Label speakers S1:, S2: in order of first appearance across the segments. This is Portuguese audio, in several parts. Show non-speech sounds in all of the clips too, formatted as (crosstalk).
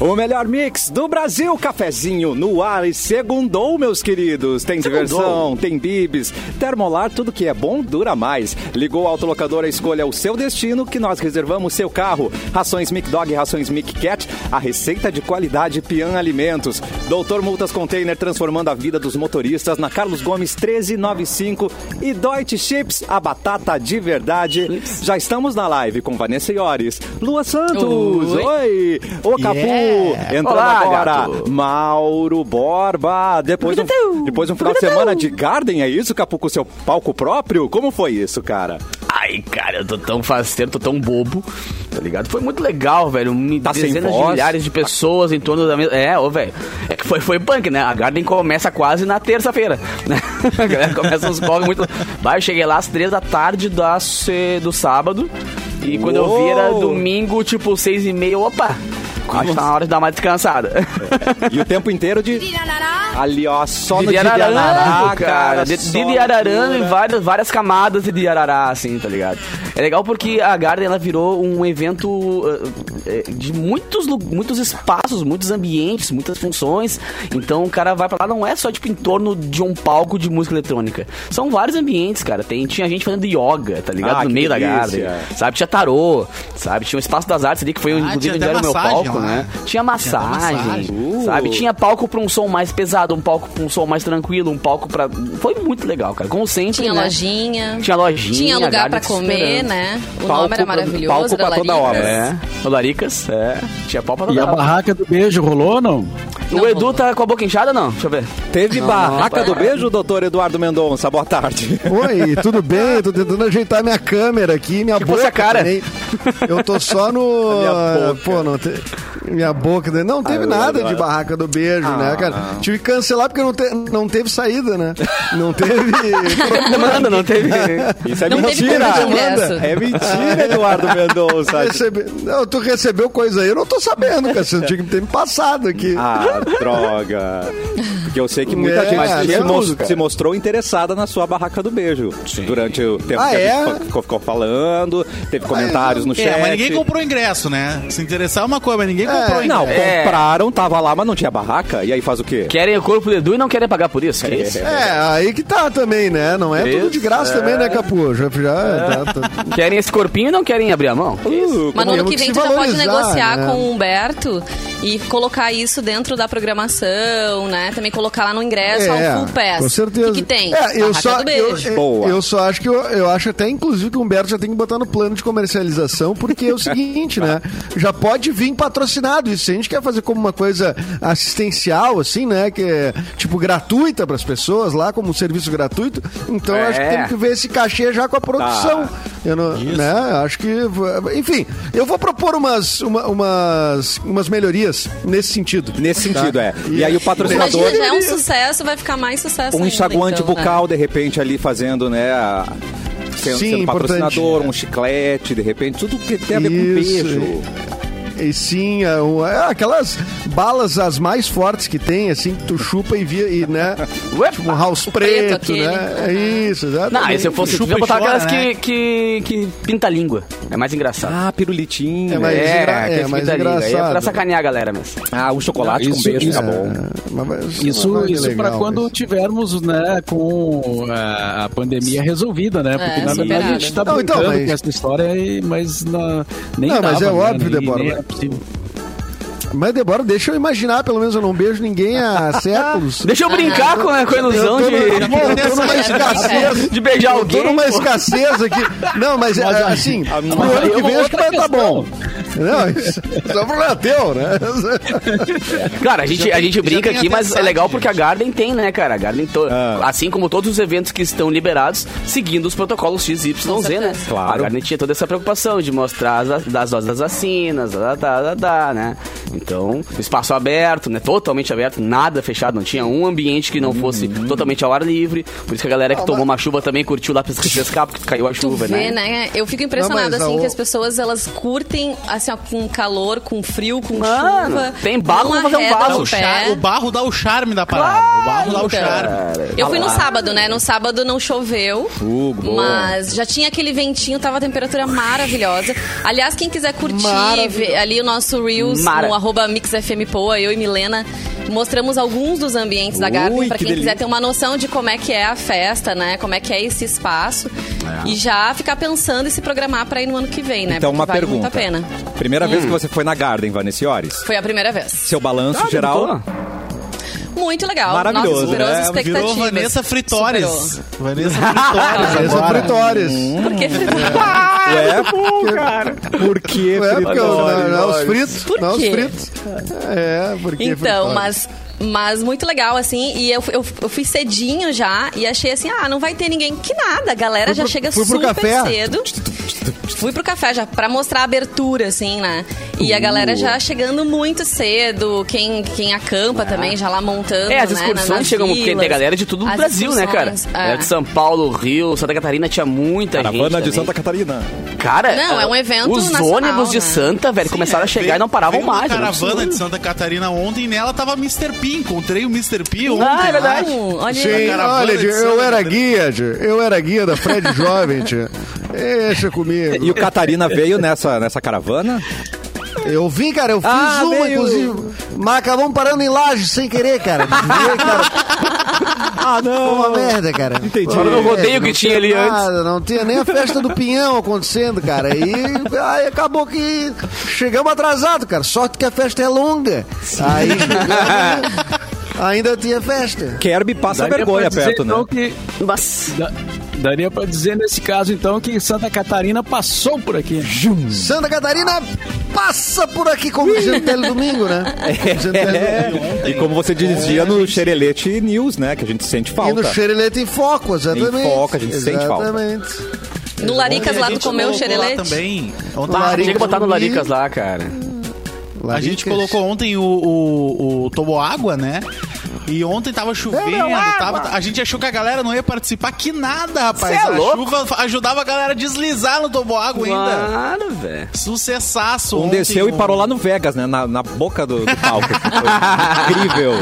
S1: O melhor mix do Brasil, cafezinho no ar e segundou, meus queridos. Tem
S2: Segundou.
S1: diversão, tem bibis, termolar, tudo que é bom dura mais. Ligou o autolocador, escolha o seu destino que nós reservamos seu carro. Rações Mic Dog, rações Mic Cat, a receita de qualidade Pian Alimentos. Doutor Multas Container, transformando a vida dos motoristas na Carlos Gomes 1395 e Deutsche Chips, a batata de verdade. Já estamos na live com Vanessa Iores, Lua Santos,
S3: Oi.
S1: oi, o Capu,
S2: Yeah.
S1: entrando
S2: É. Olá,
S1: agora,
S2: gato.
S1: Mauro Borba. Depois de um, depois de um final de semana de Garden, é isso, Capu, com seu palco próprio? Como foi isso, cara?
S2: Ai, cara, eu tô tão faceiro, tô tão bobo, tá ligado? Foi muito legal, velho. Me
S1: Tá sem
S2: dezenas de
S1: voz?
S2: milhares de pessoas em torno da mesa. É, ô, velho. É que foi, foi punk, né? A Garden começa quase na terça-feira. Né? (laughs) A galera começa uns blog muito. Bah, eu cheguei lá às três da tarde da se- do sábado. E quando eu vi era
S1: Uou!
S2: domingo, tipo, seis e meia. Opa! Acho que tá na hora de dar
S1: (laughs)
S2: uma descansada.
S1: E o tempo inteiro de... Ali, ó, só no
S2: Didi Arará, cara. De-
S1: só
S2: Didi Arará em
S1: loucura.
S2: várias, várias camadas de Didi Arará, assim, tá ligado? É legal porque a Garden, ela virou um evento uh, eh, de muitos, lu- muitos espaços, muitos ambientes, muitas funções. Então o cara vai pra lá, não é só, tipo, em torno de um palco de música eletrônica. São vários ambientes, cara. Tem, tinha gente fazendo yoga, tá ligado?
S1: Ah,
S2: no
S1: que
S2: meio da
S1: delícia.
S2: Garden. Sabe? Tinha tarô, sabe? Tinha um espaço das artes ali, que foi,
S3: tinha
S2: inclusive, onde
S3: até
S2: era o meu
S3: massagem
S2: palco,
S3: lá.
S2: né? Tinha massagem,
S3: massagem.
S1: Uh.
S2: sabe? Tinha palco pra um som mais pesado, um palco pra um som mais tranquilo, um palco pra... Foi muito legal, cara. Como sempre,
S4: Tinha
S2: né?
S4: lojinha.
S2: Tinha lojinha,
S4: Tinha lugar pra
S2: Garden te
S4: comer,
S2: esperando.
S4: né? O
S1: Palco
S4: nome
S1: pra-
S4: era maravilhoso.
S1: palco
S4: da
S1: pra toda
S4: Larica.
S1: obra.
S2: É, o Laricas, é. Tinha palco pra
S5: E a
S2: toda-
S5: barraca do beijo rolou, não?
S2: O
S4: Não
S2: Edu
S4: rolou.
S2: tá com a boca inchada, não? Deixa eu
S4: (laughs)
S2: ver.
S1: Teve barraca
S2: não,
S1: do
S2: não.
S1: beijo, doutor Eduardo Mendonça. Boa tarde.
S6: Oi, tudo bem? Eu tô tentando ajeitar minha câmera aqui, minha
S2: Que
S6: boca.
S2: fosse a cara.
S6: também. Eu tô só no. eh,
S1: A minha boca.
S6: Pô, não te- Minha boca. né? Não teve
S1: eu
S6: nada
S1: adoro.
S6: de barraca do beijo, né, cara? Tive que cancelar porque não, te- não teve saída, né? Não teve.
S2: Demanda, não teve...
S1: Isso é
S4: Não teve
S1: mentira.
S4: convite de ingresso.
S1: É mentira, Eduardo
S2: (laughs)
S1: Mendonça.
S6: Recebe... Não, tu recebeu coisa aí, eu não tô sabendo, cara. Você tinha que ter me passado aqui.
S1: Ah, droga. Porque eu sei que muita
S6: É, mas
S1: gente se,
S6: tinha
S1: mos-
S6: música.
S1: se mostrou interessada na sua barraca do beijo. Durante o tempo
S6: Ah,
S1: que a
S6: é? Ah,
S1: gente ficou, ficou falando, teve comentários no chat.
S3: É, mas ninguém comprou ingresso, né? Se interessar é uma coisa, mas ninguém comprou ingresso.
S1: Não,
S2: É.
S1: compraram, tava lá, mas não tinha barraca. E aí faz o quê?
S2: Querem o corpo do Edu e não querem pagar por isso, que isso?
S6: É, aí que tá também, né? Não é tudo de graça também, né, Capu? Já, já, tá- tá-
S2: Querem esse corpinho e não querem abrir a mão? Que isso?
S1: Uh,
S4: Mas no ano
S6: Temos
S4: que vem
S6: que
S4: tu já
S6: se
S4: pode
S6: valorizar,
S4: negociar
S6: né?
S4: com o Humberto e colocar isso dentro da programação, né? Também colocar lá no ingresso
S6: É,
S4: ao um Full Pass.
S6: Com certeza.
S4: O que, que tem?
S6: É, eu
S4: Barraca
S6: só,
S4: do beijo.
S6: Eu,
S1: Boa.
S6: eu só acho que eu, eu acho até, inclusive, que o Humberto já tem que botar no plano de comercialização, porque é o (laughs) seguinte, né? Já pode vir patrocinado isso. Se a gente quer fazer como uma coisa assistencial, assim, né? Que é tipo gratuita para as pessoas lá, como um serviço gratuito, então eu acho que
S2: É.
S6: tem que ver esse cachê já
S1: Tá.
S6: com a produção. Eu não, né? Acho que. Enfim, eu vou propor umas, uma- umas, umas melhorias nesse sentido. Tá?
S1: Nesse sentido, é. E aí o patrocinador...
S4: Imagina, já é um sucesso, vai ficar mais sucesso
S1: um
S4: ainda,
S1: enxaguante
S4: então, né?
S1: bucal, de repente, ali fazendo, né? a- Sendo,
S6: Sim,
S1: sendo
S6: importante.
S1: patrocinador, um chiclete, de repente, tudo que tem a ver com
S6: Isso.
S1: beijo.
S6: E sim, é, o- é aquelas balas as mais fortes que tem, assim, que tu chupa e via, e, né? tipo um house
S4: preto
S6: preto,
S4: aquele.
S6: né? É isso,
S2: Não,
S6: exatamente.
S2: e se eu fosse... Eu
S3: Chupa
S2: ia
S3: e
S2: botar
S3: chora,
S2: aquelas que,
S3: né?
S2: que, que pinta a língua. É mais engraçado.
S1: Ah, pirulitinho.
S6: É, mas- engra-
S2: aqueles
S6: é, mas
S2: pinta a língua. Aí É pra
S6: engraçado.
S2: sacanear a galera, mas...
S1: Ah, um chocolate
S5: Não,
S1: com
S5: isso-
S1: beijo,
S5: isso-
S1: tá bom.
S6: Ah, Mas vai-
S5: Isso,
S6: vai que
S5: isso para
S6: legal,
S5: quando
S6: mas-
S5: tivermos, né, com é, a, a pandemia resolvida, né? Porque
S4: É,
S5: na verdade a
S4: superada.
S5: gente tá
S6: Não, então,
S5: brincando
S6: mas-
S5: com essa história, e- mas na, nem
S6: Não, mas
S5: dava,
S6: é
S5: né,
S6: óbvio,
S5: nem-
S6: Débora,
S5: nem
S6: mas-
S5: é possível.
S6: Mas, Débora, deixa eu imaginar, pelo menos eu não beijo ninguém há séculos.
S2: Deixa eu brincar com, a, com a ilusão (laughs)
S6: eu tô,
S2: de...
S6: numa- eu tô numa escassez.
S2: de beijar
S6: Eu tô
S2: alguém.
S6: numa
S2: pô.
S6: escassez aqui. Não, mas, é, assim, pro
S5: aí
S6: ano
S5: é
S6: que
S5: uma
S6: vem acho que
S5: outra
S6: vai tá
S5: questão.
S6: bom. Não, isso, isso é um problema teu, né?
S2: Cara, a gente, a gente
S3: já
S2: brinca
S3: tem
S2: aqui,
S3: até
S2: mas é
S3: site,
S2: legal
S3: gente.
S2: porque a Garden tem, né, cara? A Garden, to- assim como todos os eventos que estão liberados, seguindo os protocolos XYZ, né?
S4: certeza.
S2: Claro. A Garden tinha toda essa preocupação de mostrar as, va- das doses das vacinas, da, da, da, da, né? Então, espaço aberto, né? Totalmente aberto, nada fechado, não tinha um ambiente que não fosse totalmente ao ar livre. Por isso que a galera que tomou uma chuva também curtiu lá pra se refrescar, porque caiu a
S4: Tu
S2: chuva, né?
S4: vê, né? Eu fico impressionada,
S6: Não, mas
S4: assim,
S6: a-
S4: que as pessoas, elas curtem a assim, ó, com calor, com frio, com
S2: Mano,
S4: chuva.
S2: tem barro,
S4: não
S2: vamos fazer um
S4: arreda
S2: vaso.
S4: o
S2: Dá
S4: pé.
S3: O barro dá o charme da parada. o barro dá o
S4: Então,
S3: charme.
S4: Eu fui no
S2: Fala.
S4: sábado, né? No sábado não choveu.
S1: Fogo, Uh, boa.
S4: mas já tinha aquele ventinho, tava a temperatura maravilhosa. Aliás, quem quiser curtir ver ali o nosso Reels
S2: Mara.
S4: no arroba MixFMPoa, eu e Milena. Mostramos alguns dos ambientes da
S1: Ui,
S4: Garden pra
S1: que
S4: quem quiser
S1: delícia.
S4: ter uma noção de como é que é a festa, né? Como é que é esse espaço.
S1: É.
S4: E já ficar pensando e se programar pra ir no ano que vem, né?
S1: Então,
S4: Porque
S1: uma
S4: vale
S1: pergunta.
S4: muito a pena. Hum.
S1: Primeira vez que você foi na Garden, Vanessa Iores.
S4: Foi a primeira vez.
S1: Seu
S2: Ah,
S1: balanço geral.
S4: Muito legal.
S1: Maravilhoso,
S4: Nossa, superou
S1: né?
S4: as
S1: Virou
S4: expectativas.
S3: Virou Vanessa Fritores.
S4: Superou.
S3: Vanessa Fritores.
S6: Vanessa
S3: agora.
S6: Fritores.
S1: (laughs)
S4: Porque Ah,
S1: é bom, cara. Por que
S6: É, porque
S1: Fritores?
S6: não, não, não, os fritos.
S4: Por
S6: não, os
S4: quê?
S6: fritos. É, porque
S4: Então,
S6: fritores.
S4: mas, mas muito legal, assim. E eu, eu, eu fui cedinho já e achei assim: ah, não vai ter ninguém. Que nada, a galera já
S6: pro-
S4: chega
S6: fui pro
S4: super
S6: café.
S4: cedo. Fui pro café já pra mostrar a abertura, assim, né? E a galera já chegando muito cedo. Quem, quem acampa também já lá montando.
S2: É, as
S4: né,
S2: excursões
S4: na- nas
S2: chegam, porque
S4: vilas.
S2: tem galera de tudo do
S4: As
S2: Brasil, né, cara?
S4: excursões, é.
S2: Era de São Paulo, Rio, Santa Catarina, tinha muita gente.
S1: Caravana de
S2: também.
S1: Santa Catarina.
S2: Cara,
S4: Não, é um evento
S2: Os
S4: nacional,
S2: ônibus de
S4: né?
S2: Santa, velho, começaram a chegar
S3: Veio-
S2: e não paravam
S3: veio uma
S2: mais. era um
S3: caravana
S2: absurdo.
S3: de Santa Catarina ontem, e nela tava Mr. P. Encontrei o Mr. P ontem.
S2: Ah, é
S3: lá.
S2: verdade.
S4: Hum, olha aí.
S6: Sim,
S3: caravana
S6: olha,
S3: de
S6: tio, eu
S3: Santa
S6: era
S3: Catarina.
S4: né?
S6: guia, tio. Eu era guia da Fred Jovem, tio. Deixa comigo.
S1: E o Catarina veio nessa, nessa caravana.
S6: Eu vi, cara, eu fiz
S1: Ah,
S6: uma,
S1: veio.
S6: inclusive. Mas acabamos parando em laje sem querer, cara. Desviei, cara.
S1: (laughs) Ah,
S6: Foi uma
S1: não.
S6: merda, cara.
S1: Entendi.
S6: Foi uma
S1: Olha o
S6: merda,
S2: rodeio que
S6: não
S2: tinha ali
S6: nada, Não tinha nem a festa do pinhão acontecendo, cara. E aí acabou que chegamos atrasado, cara. Sorte que a festa é longa. Aí
S1: (laughs)
S6: chegamos, ainda tinha festa.
S1: Kerby passa
S5: Daria pra
S1: vergonha
S5: dizer,
S1: perto, né?
S5: então, que-
S2: Mas,
S5: da- daria pra dizer nesse caso, então, que Santa Catarina passou por aqui.
S6: Santa Catarina passa por aqui como o Gentelli Domingo, né?
S1: (laughs)
S6: Como Gentelli Domingo.
S1: É. E como você dizia no Xerelete News, né? Que a gente sente
S6: E no
S1: falta.
S6: Xerelete em Foco, exatamente.
S1: Foco, a gente sente falta.
S6: Exatamente.
S4: No Laricas
S3: Ontem a
S4: lá, tu
S3: gente
S4: comeu o
S3: colocou lá
S4: xerelete?
S3: também.
S6: Larica.
S2: tinha
S3: Ontem,
S2: que botar no Laricas lá, cara.
S3: a gente
S6: Laricas.
S3: colocou ontem o, o, o Toboágua, né? E ontem tava chovendo, tava, a gente achou que a galera não ia participar, que nada, rapaz.
S2: Cê é
S3: a
S2: louco?
S3: chuva ajudava a galera a deslizar no toboágua ainda.
S2: Claro, velho.
S3: Sucessaço.
S1: Um
S3: ontem,
S1: desceu e
S3: um-
S1: parou lá no Vegas, né? Na, na boca do, do palco. Foi incrível.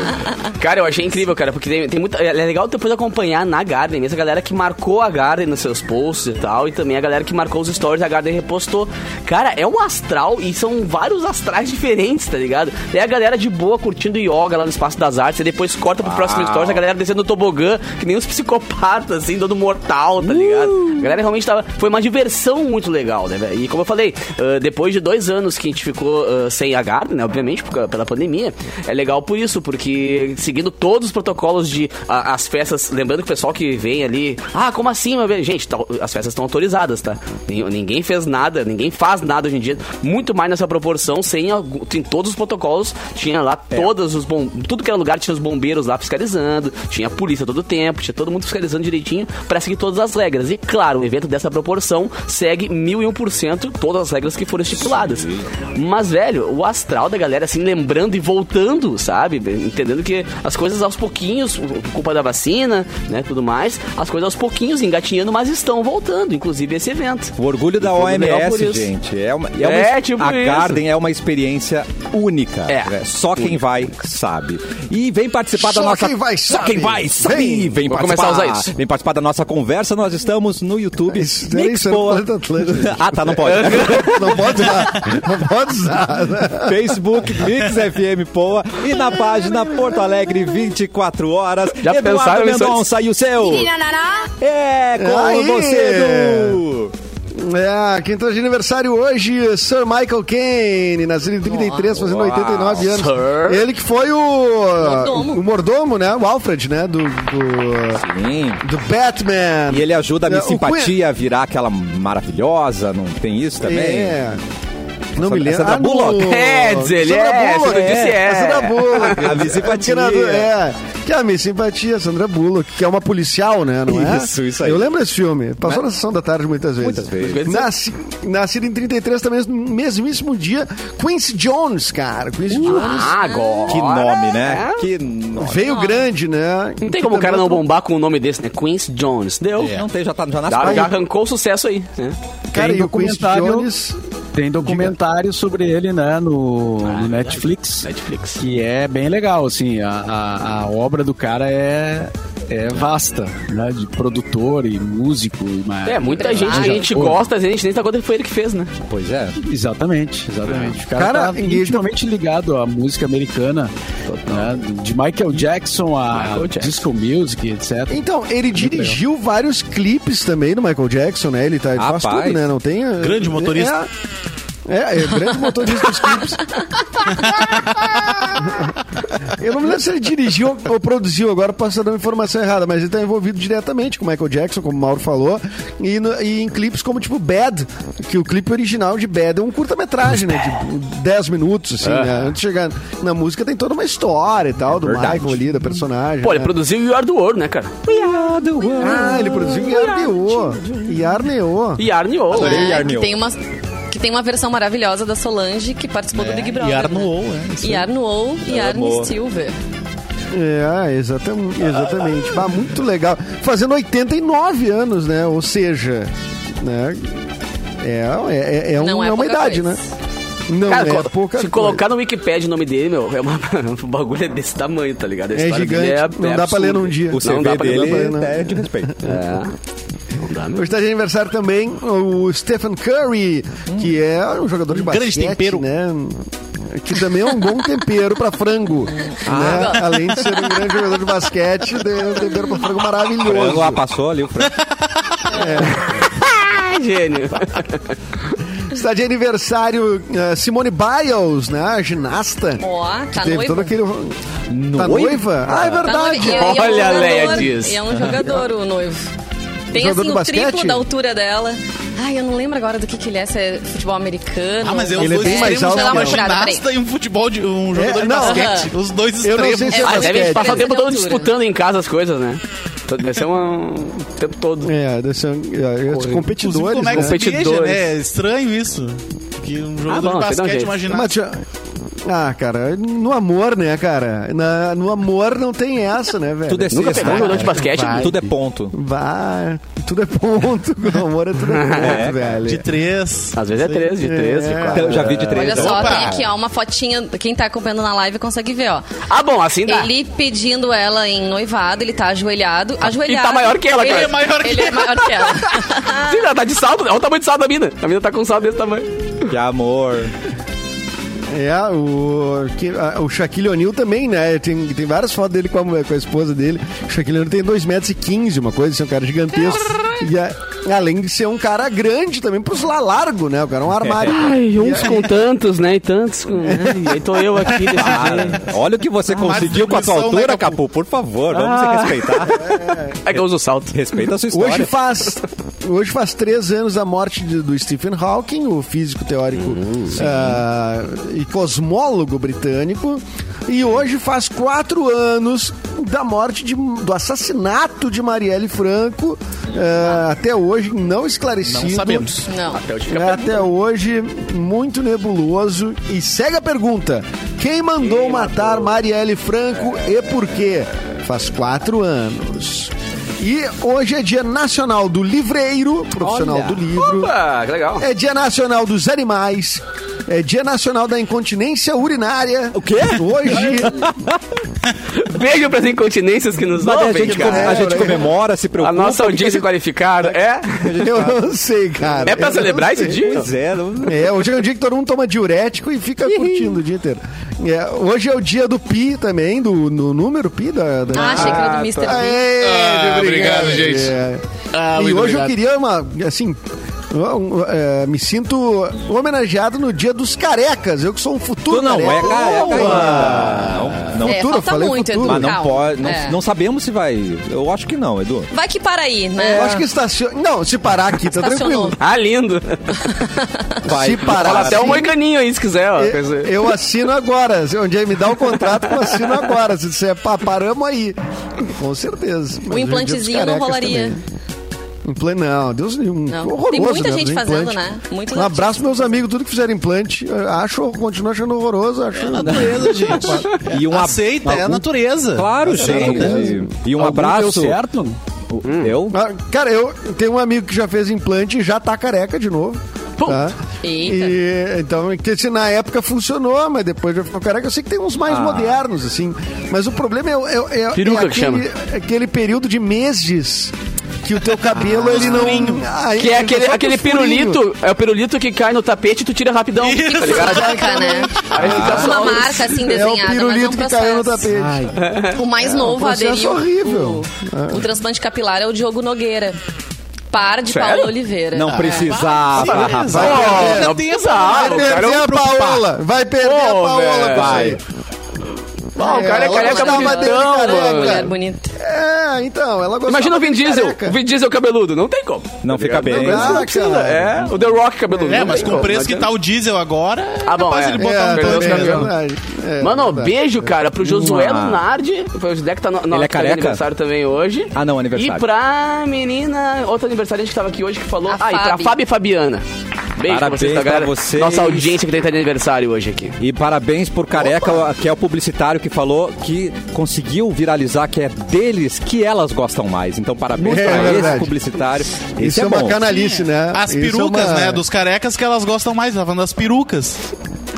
S2: Cara, eu achei incrível, cara, porque tem, tem muita. É legal depois acompanhar na Garden, mesmo a galera que marcou a Garden nos seus posts e tal, e também a galera que marcou os stories da Garden e repostou. Cara, é um astral e são vários astrais diferentes, tá ligado? É a galera de boa curtindo yoga lá no Espaço das Artes, e depois corta pro próximo stories a galera descendo no tobogã, que nem os psicopatas, assim, dando mortal, tá ligado? A galera realmente tava. Foi uma diversão muito legal, né, velho? E como eu falei, ah, depois de dois anos que a gente ficou ah, sem a Garden, né? Obviamente, por causa- pela pandemia, é legal por isso, porque seguindo todos os protocolos de ah, as festas, lembrando que o pessoal que vem ali, ah, como assim, meu bem? Gente, tá- as festas estão autorizadas, tá? Nin- Ninguém fez nada, ninguém faz nada hoje em dia, muito mais nessa proporção, sem algum- tem todos os protocolos, tinha lá todos os bom, tudo que era lugar tinha os bombeiros lá fiscalizando, tinha a polícia todo o tempo, tinha todo mundo fiscalizando direitinho pra seguir todas as regras. E claro, um evento dessa proporção segue mil e um por cento todas as regras que foram estipuladas. Mas, velho, o astral da galera, assim, lembrando e voltando, sabe? Entendendo que as coisas aos pouquinhos, por culpa da vacina, né, tudo mais, as coisas aos pouquinhos engatinhando, mas estão voltando, inclusive esse evento.
S1: O orgulho da
S2: E foi legal por
S1: OMS,
S2: isso.
S1: gente. É, uma, é, uma-
S2: É, tipo
S1: A
S2: isso.
S1: Garden é uma experiência única.
S2: É.
S1: né? Só quem vai sabe. E vem participar da
S6: Só
S1: nossa.
S6: quem vai
S1: Só
S6: sabe.
S1: quem vai sabe. Vem,
S6: Vem.
S1: vem
S2: Vou
S1: participar.
S2: começar a usar isso.
S1: Vem participar da nossa conversa. Nós estamos no YouTube.
S6: É Isso, era
S1: Mix
S6: isso, era
S1: Poa.
S6: o plano do Atlântico.
S1: (laughs) ah, tá, não
S6: (laughs)
S1: pode.
S6: Não pode usar. Não pode usar. né?
S1: Facebook Mix FM Poa e na página Porto Alegre 24 horas.
S2: Já
S1: Eduardo
S2: pensaram nisso
S1: Mendonça e o seu. É com
S6: Aí.
S1: você, Edu.
S6: É, quem tá de aniversário hoje, Sir Michael Kane, nascido em 33, fazendo 89 anos.
S2: Sir.
S6: Ele que foi o
S4: Mordomo.
S6: o mordomo, né? O Alfred, né? Do, do,
S1: Sim.
S6: do Batman.
S1: E ele ajuda a
S6: É,
S1: minha
S6: o
S1: simpatia a virar aquela maravilhosa, não tem isso também?
S6: É. Não
S1: Essa-
S6: me lembro. Ah,
S1: essa da
S6: no-
S1: Bullock?
S2: É, diz ele,
S6: Sandra
S2: é,
S6: Bullock,
S2: Sandra disse é.
S6: (laughs) A Sandra Bullock.
S1: A Miss
S6: É, porque
S1: Simpatia.
S6: na- É, que é a Miss Simpatia, Sandra Bullock, que é uma policial, né? Não é?
S1: Isso, isso aí.
S6: Eu lembro desse filme. Passou na sessão da tarde Né? muitas vezes. é-
S1: Muitas vezes.
S6: Nasci, nascido em 33 também, no mesmíssimo dia, Quincy Jones, cara. Quincy Jones.
S2: Ah, agora.
S1: Que nome, né? Que nome.
S6: Veio grande, né?
S2: Não tem como o cara não bombar com um nome desse, né? Quincy Jones. Deu.
S1: É. Não tem, já, tá, já nasceu.
S2: Já, já arrancou o sucesso aí, né?
S6: Cara,
S5: Tem
S6: e o Quincy
S5: documentário-
S6: Jones...
S5: Tem documentário sobre ele, né, no, no Netflix,
S2: Ah, é Netflix.
S5: que é bem legal, assim, a, a, a obra do cara é, é vasta, né, de produtor e músico. E uma-
S2: É, muita gente que a gente
S5: Pô,
S2: gosta, a gente nem tá contando que foi ele que fez, né?
S1: Pois é.
S5: Exatamente,
S2: É.
S5: exatamente. O cara, tá
S6: Cara, e ele-
S5: intimamente ligado à música americana, né, de Michael Jackson a
S2: Michael Jackson.
S5: disco music, etc.
S6: Então, ele dirigiu vários clipes também do Michael Jackson, né? Ele, tá, ele faz
S1: Rapaz.
S6: tudo, né? Não tem... eh,
S3: Grande motorista.
S6: É, é, é grande motorista dos clipes. Eu não me lembro se ele dirigiu ou- ou produziu, agora posso dar uma informação errada, mas ele está envolvido diretamente com o Michael Jackson, como o Mauro falou, e, no- e em clipes como tipo Bad, que o clipe original de Bad é um curta-metragem, né? De 10 minutos, assim, né? Antes de chegar na música tem toda uma história e tal, do Michael ali, da personagem.
S2: Pô, ele
S6: né?
S2: produziu You Are the World, né, cara?
S6: Ah, ele produziu Yarneô. Yarneô.
S2: E Arnio.
S4: Não
S1: Adorei,
S4: é?
S1: Arnil.
S4: Que tem uma que tem uma versão maravilhosa da Solange que participou do Big Brother.
S3: E Arnoou,
S4: né?
S3: é. isso aí.
S4: Yarnou e Arne
S1: Amor.
S4: Silver.
S6: É, exatamente. exatamente. Bah, muito legal. Fazendo 89 anos, né? Ou seja, né? É, é, é, é um-
S4: Não é
S6: é uma
S4: pouca
S6: idade,
S4: coisa.
S6: né? Não
S2: Cara,
S6: é
S2: co-
S6: pouca
S2: se
S6: coisa.
S2: colocar no Wikipedia o nome dele, meu, é uma, (laughs) um bagulho é desse tamanho, tá ligado? A
S6: É
S2: história
S6: gigante.
S2: dele é-
S6: não
S2: é
S6: dá pra ler
S2: absurda.
S6: num dia.
S1: O CV
S2: dá pra- né?
S6: não dá
S1: dele
S6: pra- não.
S1: é de respeito.
S2: É. Não dá, meu.
S6: Hoje está de aniversário também o Stephen Curry, que é um jogador de
S3: Um
S6: basquete,
S3: grande tempero.
S6: né? Que também é um bom tempero para frango. né? Além de ser um grande jogador de basquete, é um tempero para frango maravilhoso.
S1: Frango lá passou ali o frango.
S2: (laughs)
S6: é
S2: Ah,
S6: (laughs)
S2: gênio.
S6: Está de aniversário eh, Simone Biles, né? A ginasta.
S4: Ó, tá
S6: Teve todo
S4: noivo.
S6: aquele. Tá noiva? Ah, é
S4: Tá noivo.
S6: verdade.
S4: E é- e é um
S2: Olha a
S4: jogador,
S2: Leia diz.
S4: E é um jogador o noivo. Tem
S6: Um Jogador
S4: assim
S6: do
S4: o triplo
S6: basquete?
S4: da altura dela. Ai, eu não lembro agora do que, que ele é, se é futebol americano.
S3: Ah, mas eu
S6: Ele é
S3: os dois
S6: bem mais
S3: extremos,
S6: alto
S3: ela é uma
S6: que ela.
S3: ginasta e um futebol de um jogador de
S6: não,
S3: basquete. Os dois
S6: Eu não sei
S3: extremos.
S6: se-
S4: É,
S2: Ah, deve
S6: basquete.
S2: passar o tempo todo
S4: Altura.
S2: disputando em casa as coisas, né? Deve ser um o tempo todo.
S6: É, deve ser, é, esses
S3: Inclusive,
S6: competidores.
S3: como é que
S6: né?
S3: se beija,
S2: Competidores.
S3: né? É Estranho isso. Que um jogador
S2: bom,
S3: de
S2: você dá um
S3: basquete,
S2: jeito.
S3: uma ginasta.
S6: Mas, já- ah, cara, no amor, né, cara? Na- no amor não tem essa, né, velho?
S1: Tudo é
S2: Nunca
S1: sexta.
S2: pegou um jogador de basquete?
S1: Vai. Tudo é ponto.
S6: Vá, tudo é ponto. (laughs) No amor é tudo é
S3: (laughs)
S6: ponto,
S1: É, cara,
S6: velho.
S3: De três.
S2: Às vezes é três, de três, de
S6: É.
S2: quatro.
S1: Eu já vi de três.
S4: Olha
S1: né?
S4: só,
S3: Opa!
S4: tem aqui ó, uma fotinha, quem tá acompanhando na live consegue ver, ó.
S6: Tá.
S2: Ah, bom, assim dá.
S4: Ele pedindo ela em noivado, ele tá ajoelhado.
S6: Ah,
S4: Ajoelhado.
S2: E tá maior que ela,
S4: ele,
S2: cara.
S4: é maior que ele é maior que ela.
S2: (laughs) Sim, ela tá de salto. Olha o tamanho de salto da mina. A mina tá com um salto desse tamanho.
S1: Que amor.
S6: É, o, que- a- o Shaquille O'Neal também, né? Tem, tem várias fotos dele com a, mulher- com a esposa dele. O Shaquille O'Neal tem 2,15m, uma coisa, assim, um cara gigantesco. E a- além de ser um cara grande também, pros lá largo, né? O cara é um armário.
S2: Ai, uns com tantos, né? E tantos
S6: (laughs)
S2: com. né? E aí tô eu aqui desse jeito.
S1: Ah, Olha o que você conseguiu com a sua
S3: distribuição, né,
S1: altura,
S3: Capu?
S1: Capu. Por favor, vamos
S2: Ah.
S1: se respeitar.
S2: É que eu uso salto.
S1: Respeita a sua história.
S6: Hoje faz, hoje faz três anos da morte de- do Stephen Hawking, o físico teórico ah, e cosmólogo britânico. E hoje faz quatro anos da morte de- do assassinato de Marielle Franco, ah, até hoje não esclarecido.
S3: Não sabemos.
S4: Não.
S6: É, até hoje, muito nebuloso. E segue a pergunta: quem mandou matar Marielle Franco
S2: É.
S6: e por quê? Faz quatro anos. E hoje é dia nacional do livreiro, profissional
S2: Olha.
S6: do livro.
S2: Opa, Ah, que legal.
S6: É dia nacional dos animais. É dia nacional da incontinência urinária. O quê? Hoje.
S2: Beijo pras incontinências que nos
S1: Mas é, a
S2: ouvem,
S1: gente,
S2: cara.
S1: come- a gente comemora, se
S2: A
S1: preocupa.
S2: nossa audiência qualificada é.
S6: eu não sei, cara.
S2: É pra
S6: Eu não
S2: celebrar esse
S6: sei.
S2: dia?
S1: Pois é, não-
S6: É, hoje é um dia que todo mundo toma diurético e fica curtindo o dia inteiro. É, hoje é o dia do Pi também, do, do número Pi da. da...
S4: Ah, achei que era do Mr.
S6: Ah,
S4: Bean.
S6: é,
S3: Ah, obrigado, gente.
S6: É.
S3: Ah,
S6: e
S3: muito
S6: hoje eu
S3: obrigado.
S6: queria uma. Assim. um, um, é, me sinto homenageado no dia dos carecas. Eu que sou um futuro
S1: Tu não é
S6: careca.
S1: careca ainda. Não, não.
S4: É,
S6: futuro,
S4: falta
S6: falei
S4: muito,
S6: futuro.
S4: Edu.
S1: Mas não
S4: calma.
S1: pode. Não,
S4: É.
S1: não sabemos se vai. Eu acho que não, Edu.
S4: Vai que para aí, né?
S6: Eu É. acho que estaciona. Não, se parar aqui, tá
S4: Estacionou.
S6: tranquilo.
S2: Ah, lindo.
S1: Vai.
S6: Se parar.
S2: Fala até um
S6: assim,
S2: moicaninho aí se quiser, ó. Ah, Quer dizer,
S6: Eu assino agora. Se Onde aí me dá o contrato, eu assino agora. Se disser, pá, paramos aí. Com certeza.
S4: O
S6: Mas hoje em dia dos
S4: Um implantezinho não
S6: carecas
S4: rolaria.
S6: também. Implante, não, Deus nenhum.
S4: Não.
S6: Horroroso,
S4: Tem muita
S6: né,
S4: gente
S6: os
S4: fazendo,
S6: implantes.
S4: né? Muitos
S6: Um abraço, meus amigos, tudo que fizeram implante. eu Acho, continuo achando horroroso. Acho,
S4: É
S3: Natureza, Tá,
S6: Tá
S3: gente.
S1: E um ab-
S3: Aceita, é a
S1: algum-
S3: natureza.
S1: Claro,
S6: certeza.
S1: gente. E um
S5: Algum deu
S1: abraço. Hum.
S5: certo?
S1: Eu?
S6: Ah, Cara, eu tenho um amigo que já fez implante e já tá careca de novo.
S2: Pum.
S6: tá?
S4: Eita.
S6: E, então, que se na época funcionou, mas depois já ficou careca. Eu sei que tem uns mais modernos, assim. Mas o problema é, o- é, o- é,
S2: Ah. Peruca
S6: é
S2: que chama.
S6: aquele, aquele período de meses que o teu cabelo, ele não... aí-
S2: Ah, Que é
S6: ele
S2: aquele,
S6: só tem
S2: aquele
S6: os furinhos.
S2: pirulito, é o pirulito que cai no tapete e tu tira rapidão. Tá ligado?
S4: Marca, né?
S2: Aí fica só
S4: Uma
S2: os-
S4: marca assim
S6: É
S4: desenhada,
S6: o
S4: mas é um
S6: pirulito que caiu no
S4: processo.
S6: tapete.
S4: (laughs) O mais novo
S6: um processo
S4: aderiu.
S6: horrível.
S4: O, o transplante capilar é o Diogo Nogueira. Par de
S1: Sério?
S4: Paulo Oliveira.
S1: Não precisava, rapaz.
S6: Vai perder,
S2: Não
S6: vai
S2: precisava. O cara
S6: perder
S2: é um
S6: a Paola. Vai perder a
S2: Ô,
S6: Paola com isso aí.
S1: velho.
S2: Bom, o cara é
S6: Ela
S2: careca
S6: gostava
S2: bonitão,
S6: dele careca.
S2: mano.
S4: Mulher bonita.
S6: É, então, ela gostava
S2: Imagina o Vin
S6: de
S2: Diesel.
S6: careca.
S2: O Vin Diesel cabeludo. Não tem como.
S1: Não fica bem.
S6: Não,
S2: Não
S6: Ah,
S2: precisa.
S6: cara.
S2: É, o The Rock cabeludo.
S3: É,
S2: Não
S3: mas
S2: tem
S3: com o
S2: como,
S3: preço
S2: não
S3: que
S2: tem-
S3: tá o diesel agora, é
S2: Ah, bom,
S3: capaz
S2: é. né?
S6: É,
S3: ele botar um
S2: perdeu
S3: pneu
S2: os
S6: também, é
S2: cabelos.
S6: verdade. É,
S2: Mano,
S6: verdade.
S2: beijo, cara, pro Josué
S1: Uma.
S2: Lunardi. Foi o Josué que tá no,
S1: Ele é
S2: nosso tá de
S1: careca?
S2: aniversário também hoje.
S1: Ah, não, aniversário.
S2: E pra menina, outra aniversariante que tava aqui hoje que falou.
S4: A
S2: ah, e pra
S4: Fabi.
S2: Fábio e Fabiana. Beijo pra
S1: Parabéns
S2: vocês, tá,
S1: pra
S2: galera.
S1: vocês.
S2: Nossa audiência que tem tá de aniversário hoje aqui.
S1: E parabéns por Careca, que é o publicitário que falou que conseguiu viralizar que é deles que elas gostam mais. Então, parabéns
S6: É,
S1: pra esse
S6: verdade.
S1: publicitário. Esse
S6: Isso é,
S1: é,
S6: uma
S1: bom.
S6: canalice, né?
S3: As
S6: Isso é
S3: perucas,
S6: uma-
S3: né? Dos carecas que elas gostam mais. Ela falando das perucas.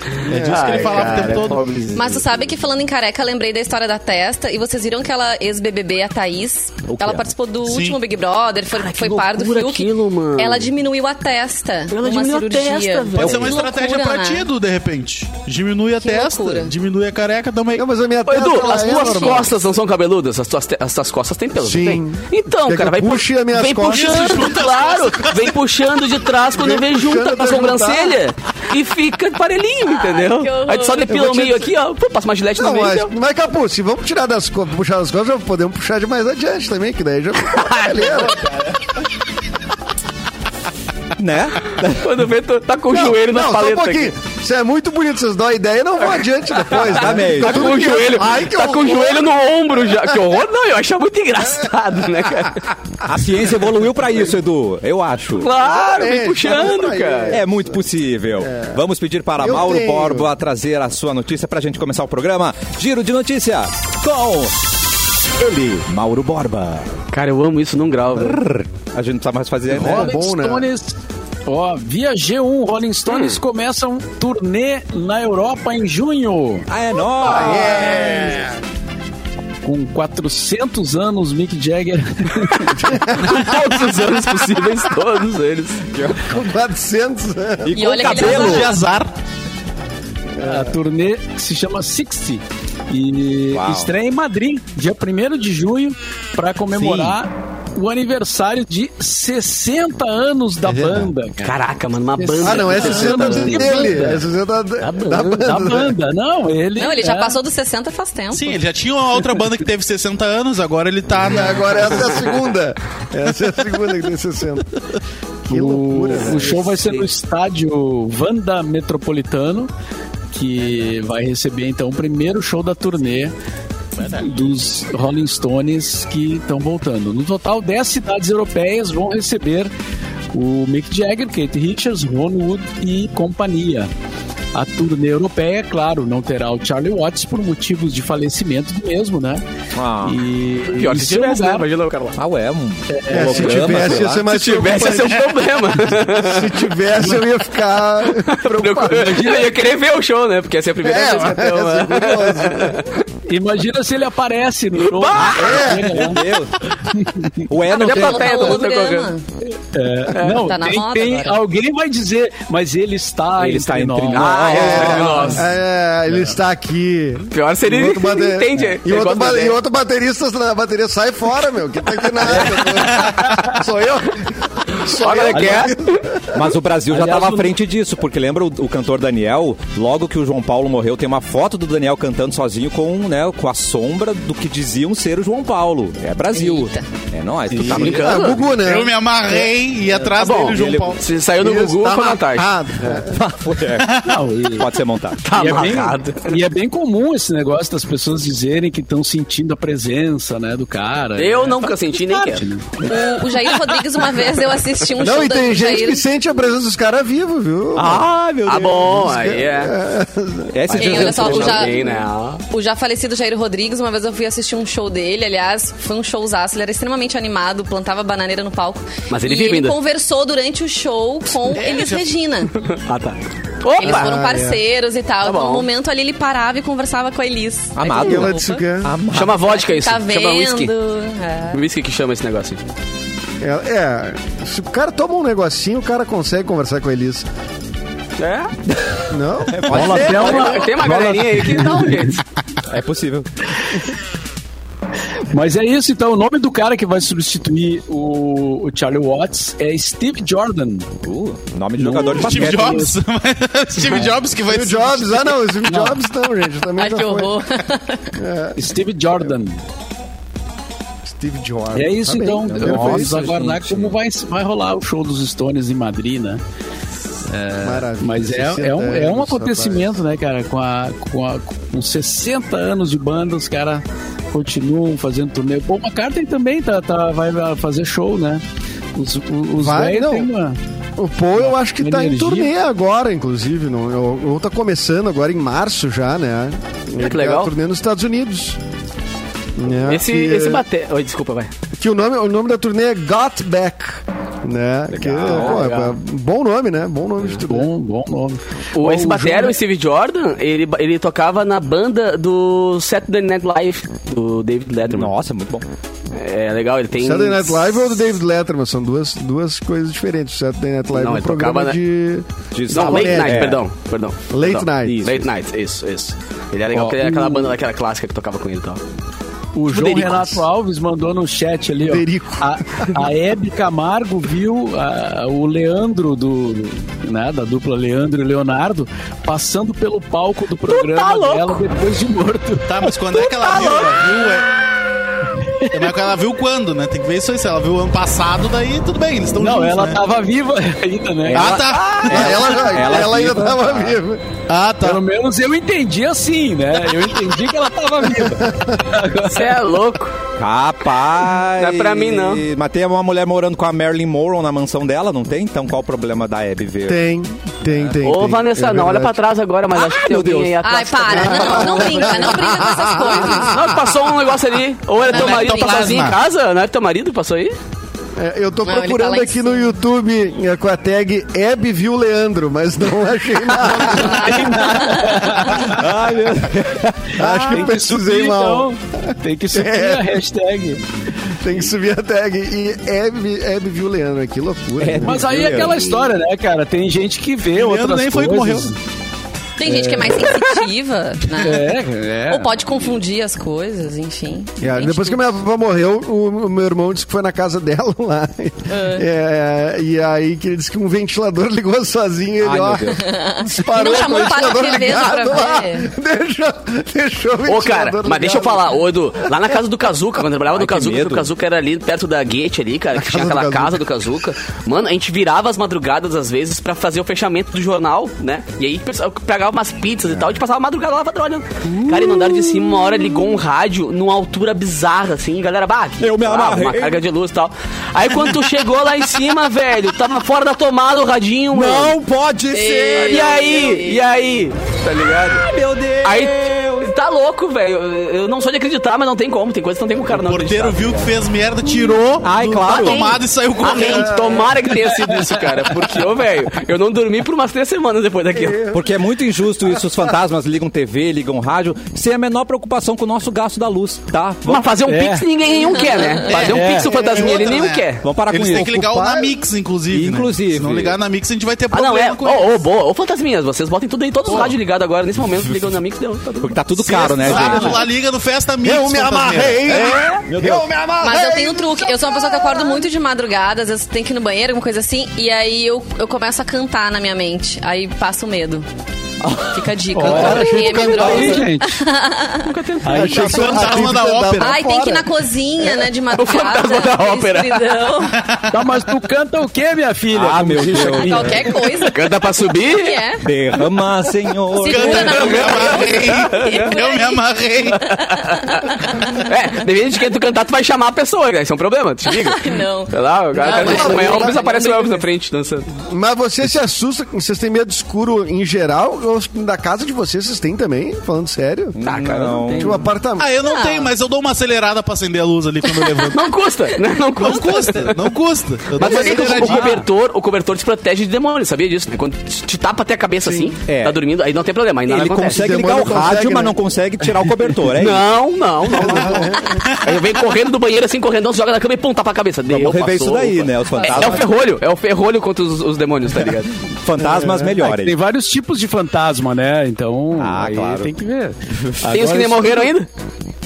S3: É disso que ele falava o tempo todo.
S4: Mas tu sabe que falando em careca, lembrei da história da testa. E vocês viram que ela, ex-BBB, a Thaís,
S1: O que
S4: ela
S1: é?
S4: participou do
S3: Sim.
S4: último Big Brother, foi,
S2: que
S4: foi par do
S2: loucura
S4: Fiuk.
S2: aquilo, mano.
S4: Ela diminuiu a testa.
S2: Ela
S4: uma
S2: diminuiu a
S4: cirurgia.
S2: testa, velho.
S3: Pode ser é uma
S4: Que
S3: estratégia
S4: loucura,
S3: pra
S4: né?
S3: ti, Du, de repente. Diminui a
S4: Que
S3: testa,
S4: loucura.
S3: diminui a careca também.
S6: Não, mas a minha
S2: Ô,
S6: testa,
S2: Edu,
S6: ela
S2: as
S6: é
S2: tuas
S6: normal.
S2: costas não são cabeludas? As tuas, te- as tuas costas têm pelo,
S6: Sim.
S2: não tem? Então,
S6: Quer que
S2: cara,
S6: eu
S2: vai, pu-
S6: puxe as minhas
S2: vem
S6: costas? (laughs)
S2: puxando,
S3: Junta as
S2: claro. Vem puxando de trás quando vem junta
S6: puxando
S2: com a
S6: até
S2: sobrancelha. E fica
S4: (laughs)
S2: parelhinho, entendeu?
S4: que horror.
S2: Aí tu só depila
S6: Eu
S2: o
S6: vou te
S2: meio aqui, ó. Pô, passa uma gilete
S6: Não,
S2: no meio.
S6: mas,
S2: entendeu?
S6: mas Capu, se vamos tirar das co- puxar das costas, já podemos puxar de mais adiante também, que daí já
S2: (laughs)
S6: Beleza.
S1: Né?
S2: Quando vê, tu tá com o
S6: Não,
S2: joelho na
S6: não, só um
S2: paleta
S6: pouquinho.
S2: aqui.
S6: Isso é muito bonito, vocês dão a ideia, eu não vou adiante depois, né?
S1: Amei.
S6: Tá
S2: Tá com o joelho, tá com o joelho no ombro já. Que horror, não, eu achava muito engraçado, né, cara?
S6: (laughs)
S1: A ciência evoluiu pra isso, Edu. Eu acho.
S2: Claro, vem
S6: Exatamente,
S2: puxando,
S6: tá aí.
S2: cara.
S1: É muito possível. Vamos pedir para
S6: Eu
S1: Mauro
S6: tenho.
S1: Borba trazer a sua notícia para a gente começar o programa. Giro de notícia com ele, Mauro Borba.
S2: Cara, eu amo isso num grau, velho.
S1: A gente não sabe mais fazer, né?
S6: É bom, né?
S5: Stones. Ó, via G1, Rolling Stones começam turnê na Europa em junho.
S1: Ah, é nóis!
S5: Com 400 anos, Mick Jagger.
S2: Todos os anos possíveis, (laughs) todos eles.
S6: 400
S2: Tá
S6: anos.
S1: E,
S4: E
S1: com
S4: olha que ele
S1: cabelo.
S4: arrasou.
S3: De azar.
S5: A turnê se chama 60 e
S1: Uau.
S5: estreia em Madrid, dia 1 de junho, para comemorar o aniversário de 60 anos da banda. cara.
S2: Caraca, mano, uma banda.
S6: Ah, não, é
S2: que tá
S6: 60
S5: anos
S2: dando-
S5: de
S6: dele.
S5: banda.
S6: É 60
S5: Da
S6: da
S5: banda,
S2: tá
S5: da
S6: banda.
S5: banda. Não, ele.
S4: Não, ele já
S5: é-
S4: passou dos 60 faz tempo.
S3: Sim, ele já tinha uma outra banda que teve 60 anos, agora ele tá na.
S6: Agora essa é a segunda. Essa é a segunda que tem 60. Que
S5: o,
S6: loucura, né?
S5: o show vai ser no estádio Vanda Metropolitano,
S2: É
S5: que vai receber então o primeiro show da turnê dos Rolling Stones que estão voltando. No total, 10 cidades europeias vão receber o Mick Jagger, Kate Richards, Ron Wood e companhia. A turnê europeia, claro, não terá o Charlie Watts por motivos de falecimento do mesmo, né?
S1: Ah.
S5: E
S2: Pior
S5: em
S2: que se
S5: seu
S2: tivesse, né?
S5: é lugar-
S2: Imagina o cara lá.
S1: Ah, ué, um
S6: É, se
S1: holograma,
S6: tivesse,
S1: sei
S6: ia
S1: lá.
S6: ser mais
S2: né? Se tivesse, esse é o problema.
S6: (laughs) Se tivesse, eu ia ficar preocupado.
S2: Eu ia querer ver o show, né? Porque essa é a primeira
S6: É,
S2: vez que eu
S6: mas é perigoso.
S5: Imagina se ele aparece
S2: (laughs)
S5: no show. né?
S1: O é um não
S2: Cadê a
S1: tem.
S2: plateia? Não
S4: Falou pra
S2: tem
S4: holograma.
S5: É, não,
S4: tá na
S5: tem-
S4: moda
S5: tem-
S4: agora.
S5: alguém vai dizer, mas ele está
S1: Ele está entre nós.
S2: Ah, é.
S1: Nossa.
S6: É, ele está aqui.
S2: Pior seria
S6: E
S2: ele. (laughs)
S6: outro, bate-
S2: Entende?
S6: e
S2: Eu
S6: outro,
S2: gosto
S6: ba-
S2: da
S6: e
S2: ideia.
S6: outro baterista na bateria sai fora, meu. Que tá aqui na Sou eu? Sou
S2: Olha
S6: eu. Tá
S2: que é.
S1: Mas o Brasil já
S5: Aliás,
S1: estava à
S5: o-
S1: frente disso, porque lembra o, o cantor Daniel? Logo que o João Paulo morreu, tem uma foto do Daniel cantando sozinho com, né, com a sombra do que diziam ser o João Paulo. É Brasil.
S4: Eita.
S1: É nóis. Tu tá
S6: (laughs) Ah,
S1: brincando.
S6: Gugu, né?
S3: Eu me amarrei e atrás
S2: Tá Bom, tá
S3: dele o João
S1: ele-
S3: Paulo.
S2: Se saiu no
S6: É. Tá Ele
S2: um Gugu,
S6: está Ah,
S2: foi vantagem.
S6: amarrado.
S1: É,
S5: Não, e-
S1: Pode ser montado.
S2: Tá
S5: e é bem-
S2: amarrado.
S5: e é bem comum esse negócio das pessoas dizerem que estão sentindo a presença, né, do cara.
S2: Eu
S5: É,
S2: não
S5: faz
S2: senti nem
S4: é.
S5: parte,
S2: quero.
S5: né?
S4: O, o Jair Rodrigues, uma vez, eu assistir um
S6: Não,
S4: show
S6: e
S4: da
S6: tem
S4: do
S6: gente
S4: Jair.
S6: que sente a presença dos caras vivo, viu?
S1: Ah, meu Deus.
S2: Ah, bom, aí é.
S1: Essa
S4: Ei, olha só, tu já-
S2: Alguém, né?
S4: O já falecido Jair Rodrigues, uma vez eu fui assistir um show dele, aliás, foi um showzaço, ele era extremamente animado, plantava bananeira no palco.
S2: Mas ele
S4: e
S2: vive
S4: ele
S2: ainda. É.
S4: conversou durante o show com Elis Regina.
S2: Ah, tá.
S4: Eles
S2: Opa!
S4: foram parceiros e
S2: Ah,
S4: tal.
S2: é.
S4: Então,
S2: Tá
S4: no
S2: bom.
S4: momento ali ele parava e conversava com a Elis. Aí
S1: Amado.
S6: E
S4: tu,
S6: ela
S4: opa,
S6: disse é- o quê?
S2: Chama vodka isso.
S4: Tá
S2: Chama whisky.
S4: vendo? É.
S2: Whisky que chama esse negócio. gente.
S6: É, é, se o cara toma um negocinho, o cara consegue conversar com a Elisa.
S2: É?
S6: Não?
S5: Rola até uma,
S2: Tem uma galerinha aí que dá um jeito.
S1: É possível.
S5: Mas é isso, então. O nome do cara que vai substituir o, o Charlie Watts é Steve Jordan.
S1: Uh, nome de jogador
S6: é
S1: de basquete.
S3: Steve Jobs? (laughs) Steve Jobs que vai...
S6: Steve Jobs, ah não, Steve Jobs não, gente. Também
S4: Ai,
S6: já
S4: que
S6: foi.
S4: horror.
S5: Steve Jordan.
S6: Steve Jobs.
S5: E é isso,
S6: Tá bem,
S5: então.
S6: tá bem,
S5: Vamos
S6: perfeito.
S5: aguardar como vai, vai rolar o show dos Stones em Madrid, né?
S6: né? Maravilha.
S5: Mas é, é, um,
S6: 60
S5: é um
S6: anos,
S5: acontecimento, né, cara? Com, a, com, a, com 60 anos de banda, os caras continuam fazendo turnê. Pô, o McCartney também tá, tá, vai fazer show, né? Os, os, os
S6: Vai,
S5: velhos
S6: não.
S5: têm uma...
S6: rapaz. né? O Paul eu acho que
S5: Uma
S6: tá em
S5: energia.
S6: turnê agora, inclusive. Não, ou, ou tá começando agora em março já, né? Ele tá
S2: Ah, legal.
S6: turnê nos Estados Unidos. Né?
S2: Esse,
S6: Que-
S2: esse bate... Oi, desculpa, vai.
S6: que o nome, o nome da turnê é Got Back. Né? que, pô, é-
S2: legal.
S6: é bom nome, né? Bom nome de turnê.
S5: É, Bom, bom nome.
S2: O,
S5: Ó,
S2: esse batera,
S5: Júnior-
S2: o Steve Jordan, ele, ele tocava na banda do Saturday Night Live, do David Letterman.
S1: Nossa, muito bom.
S2: É legal, ele tem...
S6: Saturday Night Live ou do David Letterman? São duas, duas coisas diferentes. Saturday Night Live
S2: Não,
S6: é um
S2: ele
S6: programa
S2: tocava, né?
S6: de...
S1: Diz-
S2: Não, Late
S6: Comédia.
S2: Night,
S1: É.
S2: perdão, perdão.
S6: Late
S2: Perdão.
S6: Night.
S2: Isso, Late Night, isso, isso. Ele era legal,
S5: Ó,
S2: porque ele era aquela
S5: o-
S2: banda, daquela clássica que tocava com ele e tal.
S5: O João
S2: Dericos.
S5: Tipo, Renato Alves mandou no chat ali, ó.
S6: Derico.
S5: A, a Hebe Camargo viu a- o Leandro do. Né, da dupla Leandro e Leonardo passando pelo palco do programa
S2: louco.
S5: dela depois de morto.
S3: Tá, mas quando é que ela viu? Ela viu... É... Mas ela viu quando, né? Tem que ver isso aí. Se ela viu ano passado, daí tudo bem, eles estão
S5: Não,
S3: juntos,
S5: ela
S3: né?
S5: tava viva (laughs) ainda, né?
S3: Ah, (laughs) tá.
S6: Ela, ela,
S1: ela
S6: ainda
S1: viva,
S6: tava viva.
S3: Ah, tá.
S5: Pelo menos eu entendi assim, né? Eu entendi que ela tava viva.
S2: Você é louco.
S1: Rapaz!
S2: Não é pra mim, não.
S1: Mas tem uma mulher morando com a Marilyn Monroe na mansão dela, não tem? Então qual o problema da Abby ver?
S6: Tem, tem, tem.
S2: Ô,
S6: tem.
S2: Vanessa,
S6: É
S2: não, olha
S6: verdade.
S2: pra trás agora, mas acho que tem
S1: Ah, meu
S2: alguém
S1: Deus.
S2: aí
S4: Ai,
S2: atrás.
S4: para. Não, não brinca, não brinca
S2: (laughs)
S4: com essas coisas.
S2: Não, passou um negócio ali. Ou era
S4: Não,
S2: teu
S4: não é
S2: marido, tá
S4: plasma.
S2: sozinho em casa? Não é teu marido, que passou aí?
S6: É, eu tô
S4: Não, ele tá
S6: procurando
S4: lá em
S6: aqui
S4: cima.
S6: no YouTube é, com a tag Hebe viu Leandro, mas não achei nada.
S1: Ai, meu Deus.
S6: Acho que pesquisei mal.
S5: então. Tem que subir
S6: É.
S5: a hashtag.
S6: Tem que subir a tag. E Hebe, Hebe viu Leandro, que loucura. né?
S5: Mas aí é aquela história, né, cara? Tem gente que vê
S3: Leandro
S5: outras
S3: nem foi que
S5: coisas.
S4: Tem gente que é mais sensitiva, né?
S5: É, é.
S4: Ou pode confundir as coisas, enfim.
S6: É,
S4: Tem
S6: depois que
S4: tudo.
S6: minha avó morreu, o, o meu irmão disse que foi na casa (laughs) dela lá.
S4: Ah.
S6: É, e aí que ele disse que um ventilador ligou sozinho e ele,
S1: Ai, meu
S4: (laughs)
S6: ó,
S1: Deus.
S6: disparou
S4: Não chamou
S6: o
S4: o Padre Quevedo
S6: ventilador ligado
S4: pra
S6: lá.
S4: ver.
S6: (laughs) Deixou, deixou o ventilador
S2: Ô, cara, mas
S6: ligado. né?
S2: deixa eu falar, ô Edu, lá na casa do Kazuca, quando eu trabalhava no
S1: que
S2: Kazuca,
S1: medo.
S2: o Kazuca era ali perto da gate ali, cara, que tinha
S6: casa do
S2: aquela
S6: Kazuca.
S2: casa do Kazuca. Mano, a gente virava as madrugadas às vezes pra fazer o fechamento do jornal, né? E aí o pessoal pegava umas pizzas e tal, a gente passava a madrugada lá olhando. Cara, e no andar de cima, uma hora ligou um rádio numa altura bizarra, assim, galera, bah, que-
S1: Eu me
S2: ah,
S1: amarrei.
S2: Uma carga de luz e tal. Aí quando tu chegou lá em cima, velho, tava fora da tomada o radinho, mano.
S1: Não pode ser!
S2: E aí? E aí?
S1: Tá ligado? Ah, meu Deus!
S2: Aí tá louco, velho. Eu não sou de acreditar, mas não tem como. Tem coisa que não tem como o cara
S3: O
S2: não
S3: porteiro
S2: acreditar.
S3: viu que fez merda, tirou
S1: Ai,
S3: do-
S1: claro.
S3: da tomada Tá e saiu correndo. É.
S2: Amém. Tomara que tenha sido isso, cara. Porque, ô, velho, eu não dormi por umas três semanas depois daquilo.
S1: Porque é muito injusto isso, os fantasmas ligam TV, ligam rádio, sem a menor preocupação com o nosso gasto da luz, tá?
S2: Mas
S1: Vamos,
S2: fazer um
S5: É.
S2: pix ninguém nenhum quer, né? Fazer um
S5: É.
S2: pix o fantasminha ele
S3: né?
S2: nenhum quer.
S1: vamos parar
S3: Eles
S1: com
S3: têm
S1: isso.
S3: que ligar o
S6: Ocupar-
S3: na Mix, inclusive. né?
S1: Inclusive.
S3: Se não ligar na Mix, a gente vai ter
S2: Ah,
S3: problema
S2: não, é. Ô,
S3: com ele.
S2: ô, boa. Ô, fantasminhas, vocês botem tudo aí, todos os rádios ligados agora, nesse momento, ligando na Mix, deu. Tá tudo
S1: Porque tá tudo caro, né,
S3: Sábado
S1: gente?
S3: lá liga no Festa Mix.
S6: Eu me
S3: fantasmeiro.
S6: amarrei!
S1: Meu Deus.
S4: Mas eu tenho um truque. Eu sou uma pessoa que acordo muito de madrugada, às vezes tem que ir no banheiro, alguma coisa assim, e aí eu, eu começo a cantar na minha mente. Aí passa o medo. Fica a dica.
S5: Olha,
S4: Olha,
S6: achei
S4: é
S6: que eu tava
S5: Aí,
S4: medrosa.
S5: gente. Aí,
S6: Achei
S5: tá
S6: que era
S3: fantasma
S6: Bíblia
S3: da ópera.
S4: Ai, tem que ir na
S6: fora.
S4: cozinha, né, de madrugada.
S2: fantasma da
S4: tem
S2: ópera.
S4: escuridão.
S5: (laughs) Tá, mas tu canta o quê, minha filha?
S1: Ah,
S5: Como
S1: meu
S5: diz
S1: Deus.
S5: aqui. né?
S4: Qualquer coisa.
S2: Canta pra subir?
S4: Que é.
S5: (laughs)
S1: Derrama, Senhor.
S4: Se
S3: Canta,
S4: Segura na
S3: eu me
S4: mão.
S3: amarrei.
S4: Por
S3: Eu
S4: aí.
S3: me amarrei.
S2: É, depende de quem tu cantar, tu vai chamar a pessoa, né? Isso é um problema, te liga.
S4: Ai, não.
S2: Sei lá, o cara
S4: Não,
S2: canta
S4: mas-
S2: com o Elvis,
S4: não,
S2: aparece o
S4: não
S2: Elvis na frente dançando.
S6: Mas você se assusta, vocês têm medo escuro em geral? Ou da casa de vocês, vocês têm também? Falando sério?
S2: Ah, cara, não,
S1: Não.
S2: tem.
S6: Tipo, apartamento.
S3: Ah, eu não tenho, mas eu dou uma acelerada pra acender a luz ali quando eu levanto.
S2: Não custa, né? Não
S3: Não é
S2: custa.
S3: custa, não custa. Eu dou
S2: Mas
S3: uma
S2: sabe que o, o
S3: aceleradinha.
S2: cobertor, o cobertor te protege de demônio, sabia disso? né? Quando te te tapa até a cabeça assim,
S1: É.
S2: tá dormindo, aí não tem problema, aí nada
S1: Ele
S2: acontece.
S1: consegue ligar o
S6: Demônio
S1: rádio,
S6: consegue,
S1: mas
S6: né?
S1: não consegue tirar o cobertor, é isso?
S2: Não, não, não, não. (laughs) Aí vem correndo do banheiro assim, correndo, joga na cama e pum, tapa a cabeça. Deu,
S1: Vamos rever
S2: passou,
S1: isso daí,
S2: opa.
S1: né? Os
S2: É, é o
S1: fantasmas,
S2: ferrolho, é o ferrolho contra os, os demônios, tá ligado?
S1: fantasmas
S5: Ah, que
S1: melhores.
S5: tem vários tipos de fantasma, né? Então,
S1: Ah,
S5: aí
S1: claro.
S5: tem que ver.
S2: tem os que nem morreram ainda?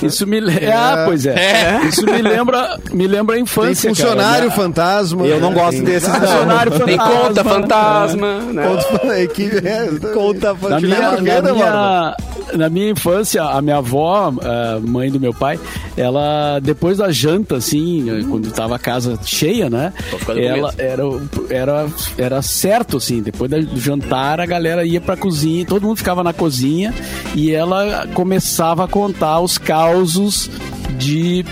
S5: Isso me lembra. Ah, pois é. Isso me lembra, me lembra a
S6: Tem
S5: infância.
S6: funcionário
S5: cara,
S6: fantasma.
S1: Eu não
S6: né?
S1: gosto
S6: Tem
S1: desses, não.
S5: Funcionário
S2: Tem
S5: fantasma.
S2: conta, fantasma, né?
S6: (laughs) Conta, é, que, é, conta
S5: Na
S6: te
S5: minha,
S6: lembra
S5: na,
S6: o quê, né, Bárbara?
S5: minha, na minha infância, a minha avó, a mãe do meu pai, ela, depois da janta, assim, quando tava a casa cheia, né?
S2: Tô ficando com
S5: Ela
S2: medo.
S5: era, o- era, era certo, assim, depois da- do jantar, a galera ia pra cozinha, todo mundo ficava na cozinha e ela começava a contar os causos de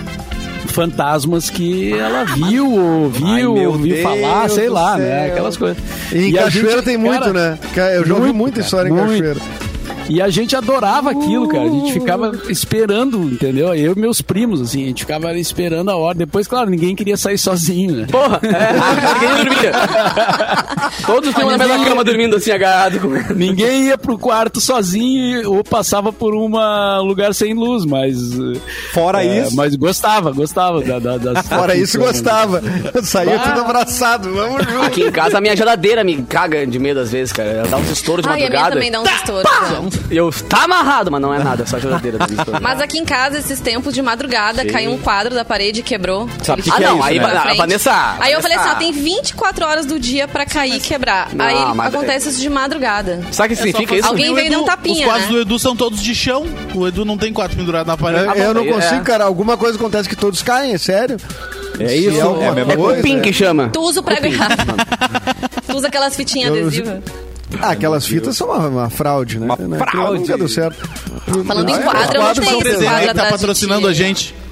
S5: fantasmas que ela viu,
S1: Ah, Ai,
S5: ouviu,
S1: meu
S5: ouviu
S1: Deus
S5: falar, sei
S1: do
S5: lá,
S1: céu.
S5: né? Aquelas coisas.
S6: Em
S5: E a
S6: Cachoeira
S5: gente,
S6: tem muito,
S5: cara,
S6: né? Ca- Eu já ouvi
S5: muito,
S6: muita
S5: cara,
S6: história em
S5: muito.
S6: Cachoeira.
S5: e a gente adorava aquilo, cara. A gente ficava esperando, entendeu? Eu e meus primos, assim, a gente ficava ali esperando a hora. Depois, claro, ninguém queria sair sozinho, né?
S2: Porra, é, ninguém dormia. Todos ficam na mesma cama dormindo assim, agarrado. com-
S5: (laughs) Ninguém ia pro quarto sozinho e- ou passava por um lugar sem luz, mas.
S1: Fora
S5: é,
S1: isso,
S5: Mas gostava, gostava da, da, das.
S6: (laughs)
S5: né?
S6: Fora isso, gostava. (laughs) Saía
S5: Ah.
S6: tudo abraçado. Vamos junto.
S2: Aqui em casa a minha geladeira me caga de medo às vezes, cara. Ela dá uns estouros de
S4: Ai, a minha
S2: madrugada.
S4: também dá uns estouros. então.
S2: E Eu tá amarrado, mas não é nada, é só a geladeira dando estouro.
S4: Mas aqui em casa, esses tempos de madrugada, caiu um quadro da parede e quebrou.
S1: Sabe
S4: Ele
S1: o que que é
S4: ficou
S1: isso,
S4: na
S1: né?
S4: frente.
S2: Ah, Vanessa,
S4: Aí
S2: Vanessa.
S4: eu falei assim, ó, tem 24 horas do dia pra cair e quebrar.
S2: Não,
S4: Aí
S2: mas-
S4: acontece isso de madrugada.
S2: Sabe o que significa isso?
S4: Alguém
S3: E o
S4: veio dar um
S3: Edu- Os
S4: tapinha,
S3: quadros
S4: né?
S3: do Edu são todos de chão. O Edu não tem quadro pendurado na parede.
S6: Eu, eu não
S2: é.
S6: consigo, cara. Alguma coisa acontece que todos caem, é sério.
S1: é isso,
S6: Se
S1: é,
S6: alguma
S1: a mesma
S2: É
S1: coisa.
S2: cupim que chama.
S4: Tu usa o prego errado. (laughs) tu usa aquelas fitinhas
S6: Eu-
S4: adesivas.
S6: Ah, aquelas fitas são uma, uma fraude, né?
S1: Uma
S6: Aquilo
S1: fraude.
S6: Nunca deu certo.
S4: Falando em
S6: Ah, é,
S4: quadro,
S6: os
S4: eu não
S6: quadros
S4: tenho
S6: são
S4: esse
S6: presentes.
S3: Presente
S4: quadro
S3: aí que tá
S4: atrás de
S3: patrocinando
S4: ti.
S3: a gente.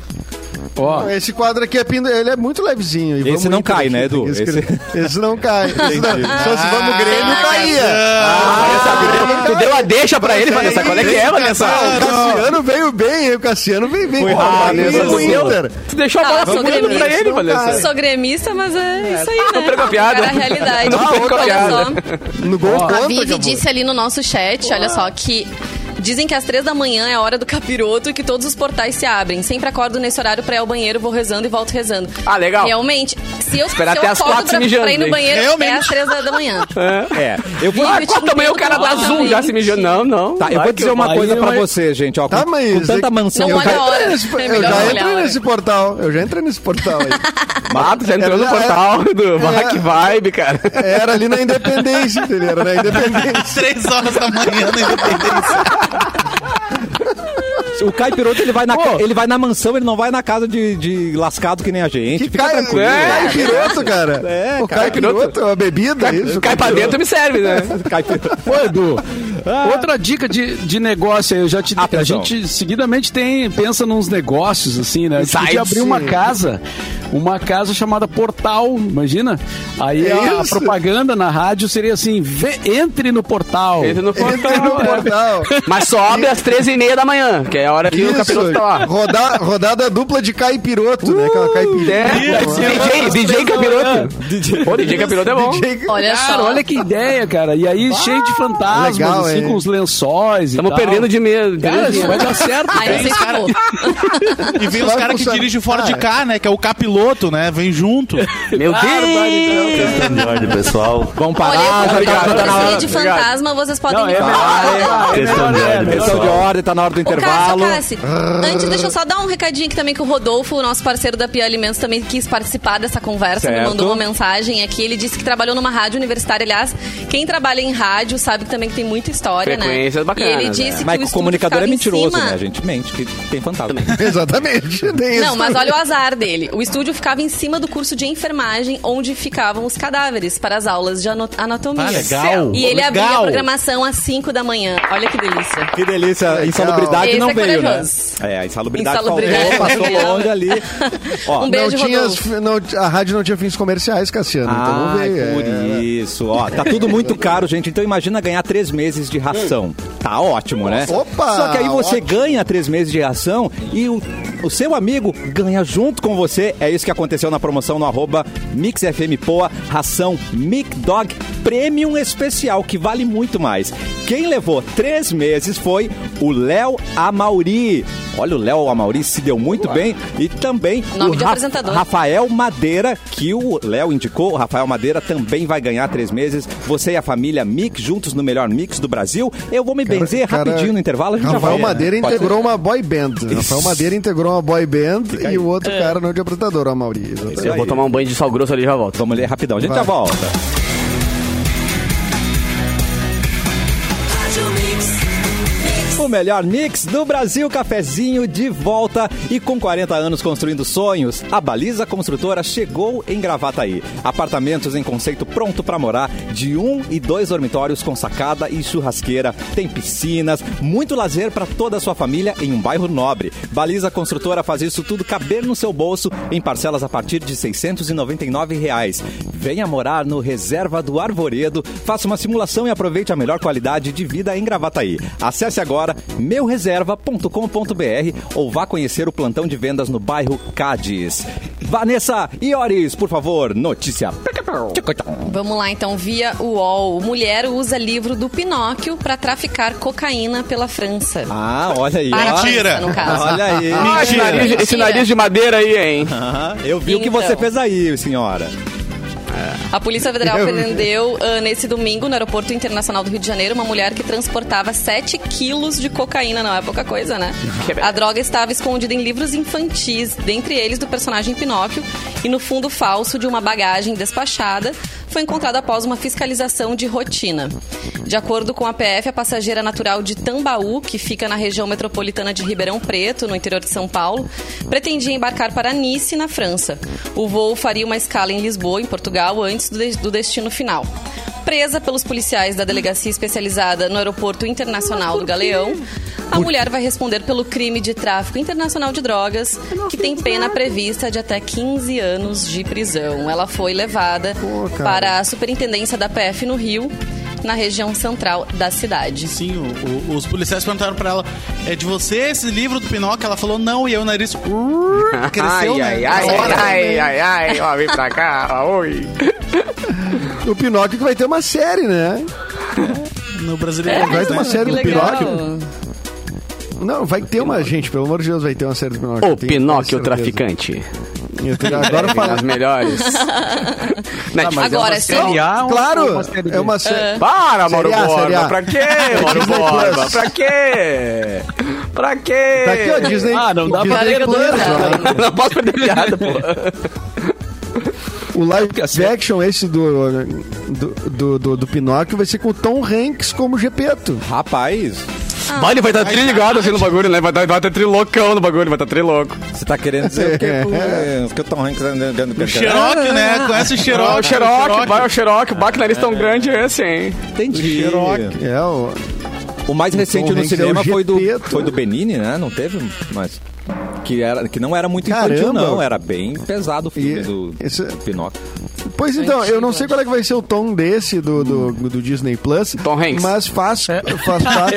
S5: Ó,
S6: Esse quadro aqui é pindo, ele é muito levezinho. e
S1: Esse
S6: vamos
S1: não
S6: ir por
S1: cai,
S6: aqui,
S1: né,
S6: tem
S1: Edu?
S6: que
S1: Esse-
S6: escrever. Esse não cai. Esse não- Se fosse vamos Grêmio,
S3: É,
S6: caía. Ah,
S2: Vanessa, tu deu a deixa pra ele, Vanessa. Qual é que é,
S3: Esse
S2: Vanessa?
S3: casal-
S6: O Cassiano veio bem, hein? O Cassiano veio bem.
S1: Foi
S6: Pô,
S1: rápido,
S6: valeu,
S1: Vanessa,
S6: o
S1: deu.
S6: Inter.
S2: Tu deixou a bola
S4: Não,
S2: fluindo
S4: vamos
S2: pra
S4: ver,
S2: ele,
S6: não cai.
S2: Vanessa.
S4: Sou gremista, mas é isso aí, né?
S2: não pegou a piada.
S4: Cara, a realidade.
S2: Não pegou a piada.
S4: Olha só.
S6: No gol contra,
S4: A Vivi
S6: acabou.
S4: disse ali no nosso chat, olha só, que dizem que às três da manhã é a hora do capiroto e que todos os portais se abrem. Sempre acordo nesse horário pra ir ao banheiro, vou rezando e volto rezando.
S2: Ah, legal.
S4: Realmente, se eu,
S2: Esperar
S4: se
S2: até
S4: eu
S2: as
S4: acordo
S2: quatro
S4: pra,
S2: se mijando,
S4: pra ir no
S2: hein?
S4: banheiro
S3: Realmente.
S4: é às três da,
S2: (laughs)
S4: da manhã.
S1: É, eu vou...
S4: Viu?
S2: Ah, qual tamanho o cara dá zoom já se mijando? Não, não.
S1: Tá, eu
S2: Vai
S1: vou
S2: que
S1: dizer uma
S5: Aí
S1: coisa
S5: eu-
S1: pra você, gente, ó. Com,
S6: Tá, mas-
S1: com tanta mansão... eu
S4: Não olha
S1: já-
S4: a hora.
S6: Esse-
S4: É
S6: eu
S4: melhor
S6: já
S4: olhar a
S6: entrei
S4: hora.
S6: nesse portal. Eu já entrei nesse portal aí.
S2: Mato, já entrou no
S6: É,
S2: portal do Vai
S6: é.
S2: que Vibe, cara.
S6: Era ali na Independência, entendeu? Era na Independência.
S3: Às três horas da manhã né? na Independência.
S1: O Caipiroto, ele vai, na,
S5: Pô.
S1: ele vai na mansão, ele não vai na casa de, de lascado que nem a gente.
S6: Que
S1: Fica
S6: cai,
S1: tranquilo.
S6: cai piroto, cara.
S1: É,
S6: o
S1: cara,
S6: cai piroto é uma bebida, é isso?
S2: Cai pra dentro e me serve, né?
S1: Caipiroto.
S5: Ô, (laughs) Edu, outra dica de, de negócio aí, eu já te dei. A
S1: Atenção.
S5: gente seguidamente tem, pensa nos negócios, assim, né? A gente
S2: Sites.
S5: podia abrir uma casa, uma casa chamada Portal, imagina? Aí
S6: É
S5: a
S6: isso.
S5: propaganda na rádio seria assim, "Vê- entre no portal.
S2: Entra no portal.
S6: Entra no
S2: é.
S6: portal.
S2: (laughs) Mas só abre às 13h30 da manhã, que é a hora que o capiroto tá
S6: (laughs)
S2: lá.
S6: Roda- rodada dupla de caipiroto, né? Aquela caipirinha.
S2: É, DJ, DJ
S6: (laughs)
S2: Capiroto. Pô, DJ Capiroto é bom.
S6: DJ
S4: Olha
S5: Cara,
S4: só.
S5: olha que ideia, cara. E aí, cheio de fantasmas,
S6: legal,
S5: assim,
S6: hein?
S5: com os lençóis
S2: Estamos perdendo de medo.
S5: Cara, (laughs) isso vai dar certo.
S4: Ai, não sei se eu vou.
S3: E vem
S6: Só
S3: os
S6: vai
S3: caras que
S6: funcionar.
S3: dirigem fora de
S6: Cara.
S3: cá, né? Que é o piloto, né? Vem junto.
S2: Meu Deus!
S7: Questão de ordem, pessoal.
S1: Vamos
S4: Olha,
S1: parar,
S4: eu
S1: já tá,
S4: vou
S1: já tá na
S4: preferir
S1: hora. Ah, é.
S4: de fantasma, vocês podem
S2: é
S4: me falar.
S7: Questão de ordem,
S1: Questão de
S7: pessoal.
S1: ordem, tá na hora do
S4: Ô, Cássio,
S1: intervalo.
S4: Cássio, antes deixa eu só dar um recadinho aqui também que o Rodolfo, o nosso parceiro da Pia Alimentos, também quis participar dessa conversa, me
S1: Certo.
S4: mandou uma mensagem aqui. Ele disse que trabalhou numa rádio universitária. Aliás, quem trabalha em rádio sabe que também que tem muita história,
S2: Frequências
S4: né?
S2: bacanas,
S4: e ele
S2: né?
S4: disse que
S1: Mas
S4: o
S1: o
S4: estúdio
S1: comunicador é
S4: ficava em
S1: mentiroso,
S4: cima-
S1: né? A gente mente que tem fantasma.
S6: Exatamente. tem isso
S4: Não, mas
S6: também.
S4: olha o azar dele. O estúdio ficava em cima do curso de enfermagem, onde ficavam os cadáveres para as aulas de ano- anatomia.
S3: Ah, legal.
S4: E ele abria a
S3: Legal.
S4: programação às 5 da manhã. Olha que delícia.
S1: Que delícia, insalubridade
S4: Esse
S1: não
S4: é
S1: veio, né?
S4: corajoso.
S1: É, a insalubridade,
S4: Insalubridade.
S1: faltou, passou longe ali. Ó,
S4: Um beijo,
S6: não tinha
S4: Rodolfo.
S6: as- não- a rádio não tinha fins comerciais, Cassiano. então
S1: Ah,
S6: não veio.
S1: por
S6: é.
S1: isso. Ó, tá tudo
S6: (laughs)
S1: muito caro, gente. Então imagina ganhar três meses de ração. Tá ótimo, né?
S6: Opa,
S1: Só que aí você
S6: ótimo.
S1: ganha três meses de ração e o, o seu amigo ganha junto com você. É isso que aconteceu na promoção no arroba MixFMPoa, ração Mic Dog Premium Especial, que vale muito mais. Quem levou três meses foi o Léo Amauri. Olha, o Léo Amauri se deu muito bem. E também
S4: Nome
S1: o
S4: de
S1: Ra-
S4: apresentador.
S1: Rafa Rafael Madeira, que o Léo indicou, o Rafael Madeira também vai ganhar três meses. Você e a família Mix, juntos no melhor mix do Brasil. Eu vou me benzer
S6: Cara,
S1: rapidinho no intervalo, a gente já
S6: Rafael
S1: vai.
S6: Madeira
S5: né?
S1: Pode
S6: integrou uma boy band. Rafael Madeira integrou uma boy band e o outro cara não é de apresentador, a Mauri.
S1: ser.
S2: Eu vou tomar um banho de sal grosso ali e já volto.
S1: Vamos ler rapidão, a gente
S6: Vai.
S1: já volta. O melhor mix do Brasil, cafezinho de volta e com 40 anos construindo sonhos, a Baliza Construtora chegou em Gravataí. Apartamentos em conceito pronto para morar, de um e dois dormitórios com sacada e churrasqueira, tem piscinas, muito lazer para toda a sua família em um bairro nobre. Baliza Construtora faz isso tudo caber no seu bolso em parcelas a partir de R$ 699 reais. Venha morar no Reserva do Arvoredo, faça uma simulação e aproveite a melhor qualidade de vida em Gravataí. Acesse agora meureserva.com.br ou vá conhecer o plantão de vendas no bairro Cádiz. Vanessa Iores, por favor, notícia.
S4: Vamos lá, então, via UOL. Mulher usa livro do Pinóquio para traficar cocaína pela França.
S1: Ah, olha aí. ó.
S3: Mentira.
S4: No caso.
S1: Olha aí.
S2: Ah, esse,
S3: Mentira.
S2: nariz, esse
S4: Mentira.
S2: nariz (laughs) de madeira aí,
S6: (laughs)
S2: hein?
S1: Aham, Eu vi o que
S4: Então.
S1: você fez aí, senhora.
S4: A Polícia Federal
S6: Eu-
S4: prendeu ah, nesse domingo no Aeroporto Internacional do Rio de Janeiro uma mulher que transportava 7 quilos de cocaína, não é pouca coisa, né? A droga estava escondida em livros infantis, dentre eles do personagem Pinóquio, e no fundo falso de uma bagagem despachada, foi encontrada após uma fiscalização de rotina. De acordo com a PF, a passageira natural de Tambaú, que fica na região metropolitana de Ribeirão Preto, no interior de São Paulo, pretendia embarcar para Nice, na França. O voo faria uma escala em Lisboa, em Portugal, antes do, de- do destino final. Presa pelos policiais da delegacia especializada no Aeroporto Internacional do Galeão, a mulher vai responder pelo crime de tráfico internacional de drogas, que tem pena prevista de até 15 anos de prisão. Ela foi levada
S6: Pô, cara.
S4: para a superintendência da PF no Rio, na região central da cidade.
S3: Sim, o- o- os policiais perguntaram pra ela: é de você esse livro do Pinóquio? Ela falou: não, e aí o nariz uh, cresceu,
S2: ai, ai,
S3: né?
S2: ai,
S3: Na hora.
S2: ai, ai, ai, ó, vem pra cá, ó, oi.
S6: O Pinóquio que vai ter uma série, né?
S3: No brasileiro. é né?
S6: vai ter uma série do Pinóquio.
S4: Legal.
S6: Não, vai ter uma, gente, pelo amor de Deus, vai ter uma série do Pinóquio.
S2: O
S6: eu tenho
S2: Pinóquio o
S6: certeza. (laughs)
S2: traficante.
S6: Eu tenho- Agora
S2: Tem
S6: falar.
S2: as melhores.
S6: Ah,
S2: Né?
S6: é
S2: Netflix.
S4: mas Agora,
S5: uma série A, uma-
S6: Claro,
S5: um uma série B?
S6: é uma série.
S2: Para, Mauro
S6: Série A, Série
S2: Borba.
S6: A.
S2: Pra quê, Mauro
S6: (laughs) Disney
S2: Borba?
S6: Plus.
S2: Pra quê? Pra quê?
S6: Tá aqui, ó, Disney.
S5: Ah, não dá pra
S6: Disney
S5: ver
S6: Plus,
S4: tudo,
S6: ó.
S4: né?
S2: Não posso perder piada, pô.
S6: O live action esse do do, do, do, do Pinóquio vai ser com o Tom Hanks como Gepeto.
S1: Rapaz,
S2: Mas ele vai estar triligado assim no bagulho, né? Vai estar vai tá trilocão no bagulho, vai estar triloco.
S1: você tá querendo dizer o que, o que o Tom Hanks andando
S3: O Xerox, né? Conhece o
S2: Ó, o
S3: Xerox?
S2: Xeroc, vai o Xeroc, o baque nariz tão grande é esse, hein?
S1: Entendi.
S6: É, o,
S1: O mais recente
S6: Tom
S1: no
S6: Hanks é
S1: cinema
S6: o
S1: foi do
S6: Gepeto.
S1: foi do Benini, né? Não teve, mas que era que não era muito infantil
S6: Caramba.
S1: não, era bem pesado o filme
S6: E
S1: do
S6: esse- é-
S1: Pinóquio.
S6: Pois então, eu não sei qual é que vai ser o tom desse do, do, do Disney Plus.
S2: Tom Hanks.
S6: Mas faz, (laughs) faz parte.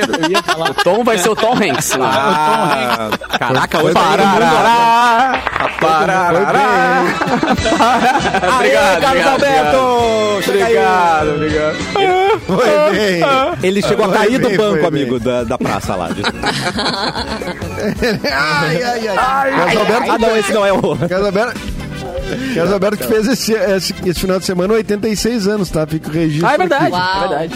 S2: O Tom vai ser o Tom Hanks. né?
S1: Ah, caraca, hoje
S2: Parará, parará. Obrigado,
S1: Carlos
S2: obrigado,
S1: Alberto! Chega aí.
S2: Obrigado, obrigado.
S6: Foi bem.
S1: Ele chegou a
S6: Foi
S1: cair do
S6: bem,
S1: banco,
S6: foi bem.
S1: amigo, da, da praça lá.
S6: Ai, ai, ai. Carlos Alberto.
S1: ah, não, esse não é o.
S6: Carlos Alberto. Carlos Alberto que fez esse, esse, esse final de semana 86 anos, tá? Fica o registro.
S2: Ah, é verdade.
S6: aqui.
S4: Uau.
S2: É verdade.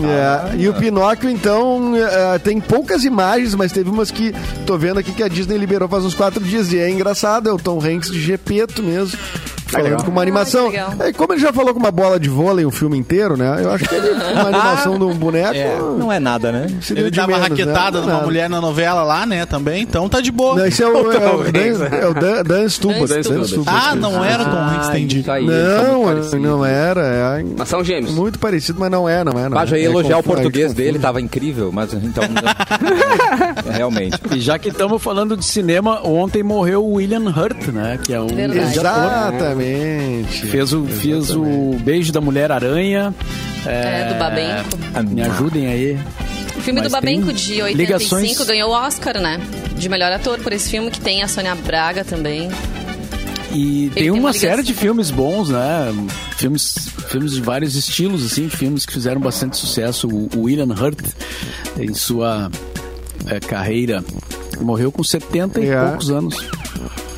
S6: É, e o Pinóquio, então, é, tem poucas imagens, mas teve umas que tô vendo aqui que a Disney liberou faz uns quatro dias. E é engraçado, é o Tom Hanks de Gepeto mesmo. Falando com uma animação.
S4: que legal.
S6: É, como ele já falou com uma bola de vôlei o filme inteiro, né? Eu acho que ele, uma animação de um boneco.
S8: Não é nada, né?
S6: seria
S3: Ele
S6: de
S3: dava
S6: menos, né?
S3: raquetada
S6: Não é
S3: numa
S6: nada.
S3: mulher na novela lá, né, também, então tá de boa.
S6: Não, esse é o, é o,
S8: Hanks,
S6: Dan, é o Dan, Dan Stubart.
S2: Dan
S6: Dan
S2: Stubart.
S6: Stubart.
S3: ah, não era o Tom Hanks, entendi.
S2: Isso aí,
S6: Não,
S2: eles são muito
S6: não
S2: parecidos.
S6: era. É
S2: Mas são gêmeos.
S6: muito parecido, mas não é, não é. Não é.
S1: Ah, já ia
S6: É
S1: elogiar o
S6: confuso,
S1: português
S6: é
S1: dele, tava incrível, mas então. É, (laughs) realmente.
S5: E já que estamos falando de cinema, ontem morreu o William Hurt, né? Que é um
S4: Verdade.
S5: grande ator.
S6: Exatamente.
S5: Fez o, fez o Beijo da Mulher Aranha.
S4: É, do Babenco.
S5: Me ajudem aí.
S4: O filme do
S5: Mas
S4: Babenco
S5: tem
S4: de 85
S5: ligações-
S4: ganhou o Oscar, né? De melhor ator por esse filme, que tem a Sônia Braga também.
S5: E tem
S4: tem
S5: uma
S4: uma
S5: série
S4: ligação.
S5: de filmes bons, né? Filmes, filmes de vários estilos, assim, filmes que fizeram bastante sucesso. O o William Hurt, em sua eh, carreira, morreu com 70 e
S6: É.
S5: poucos anos.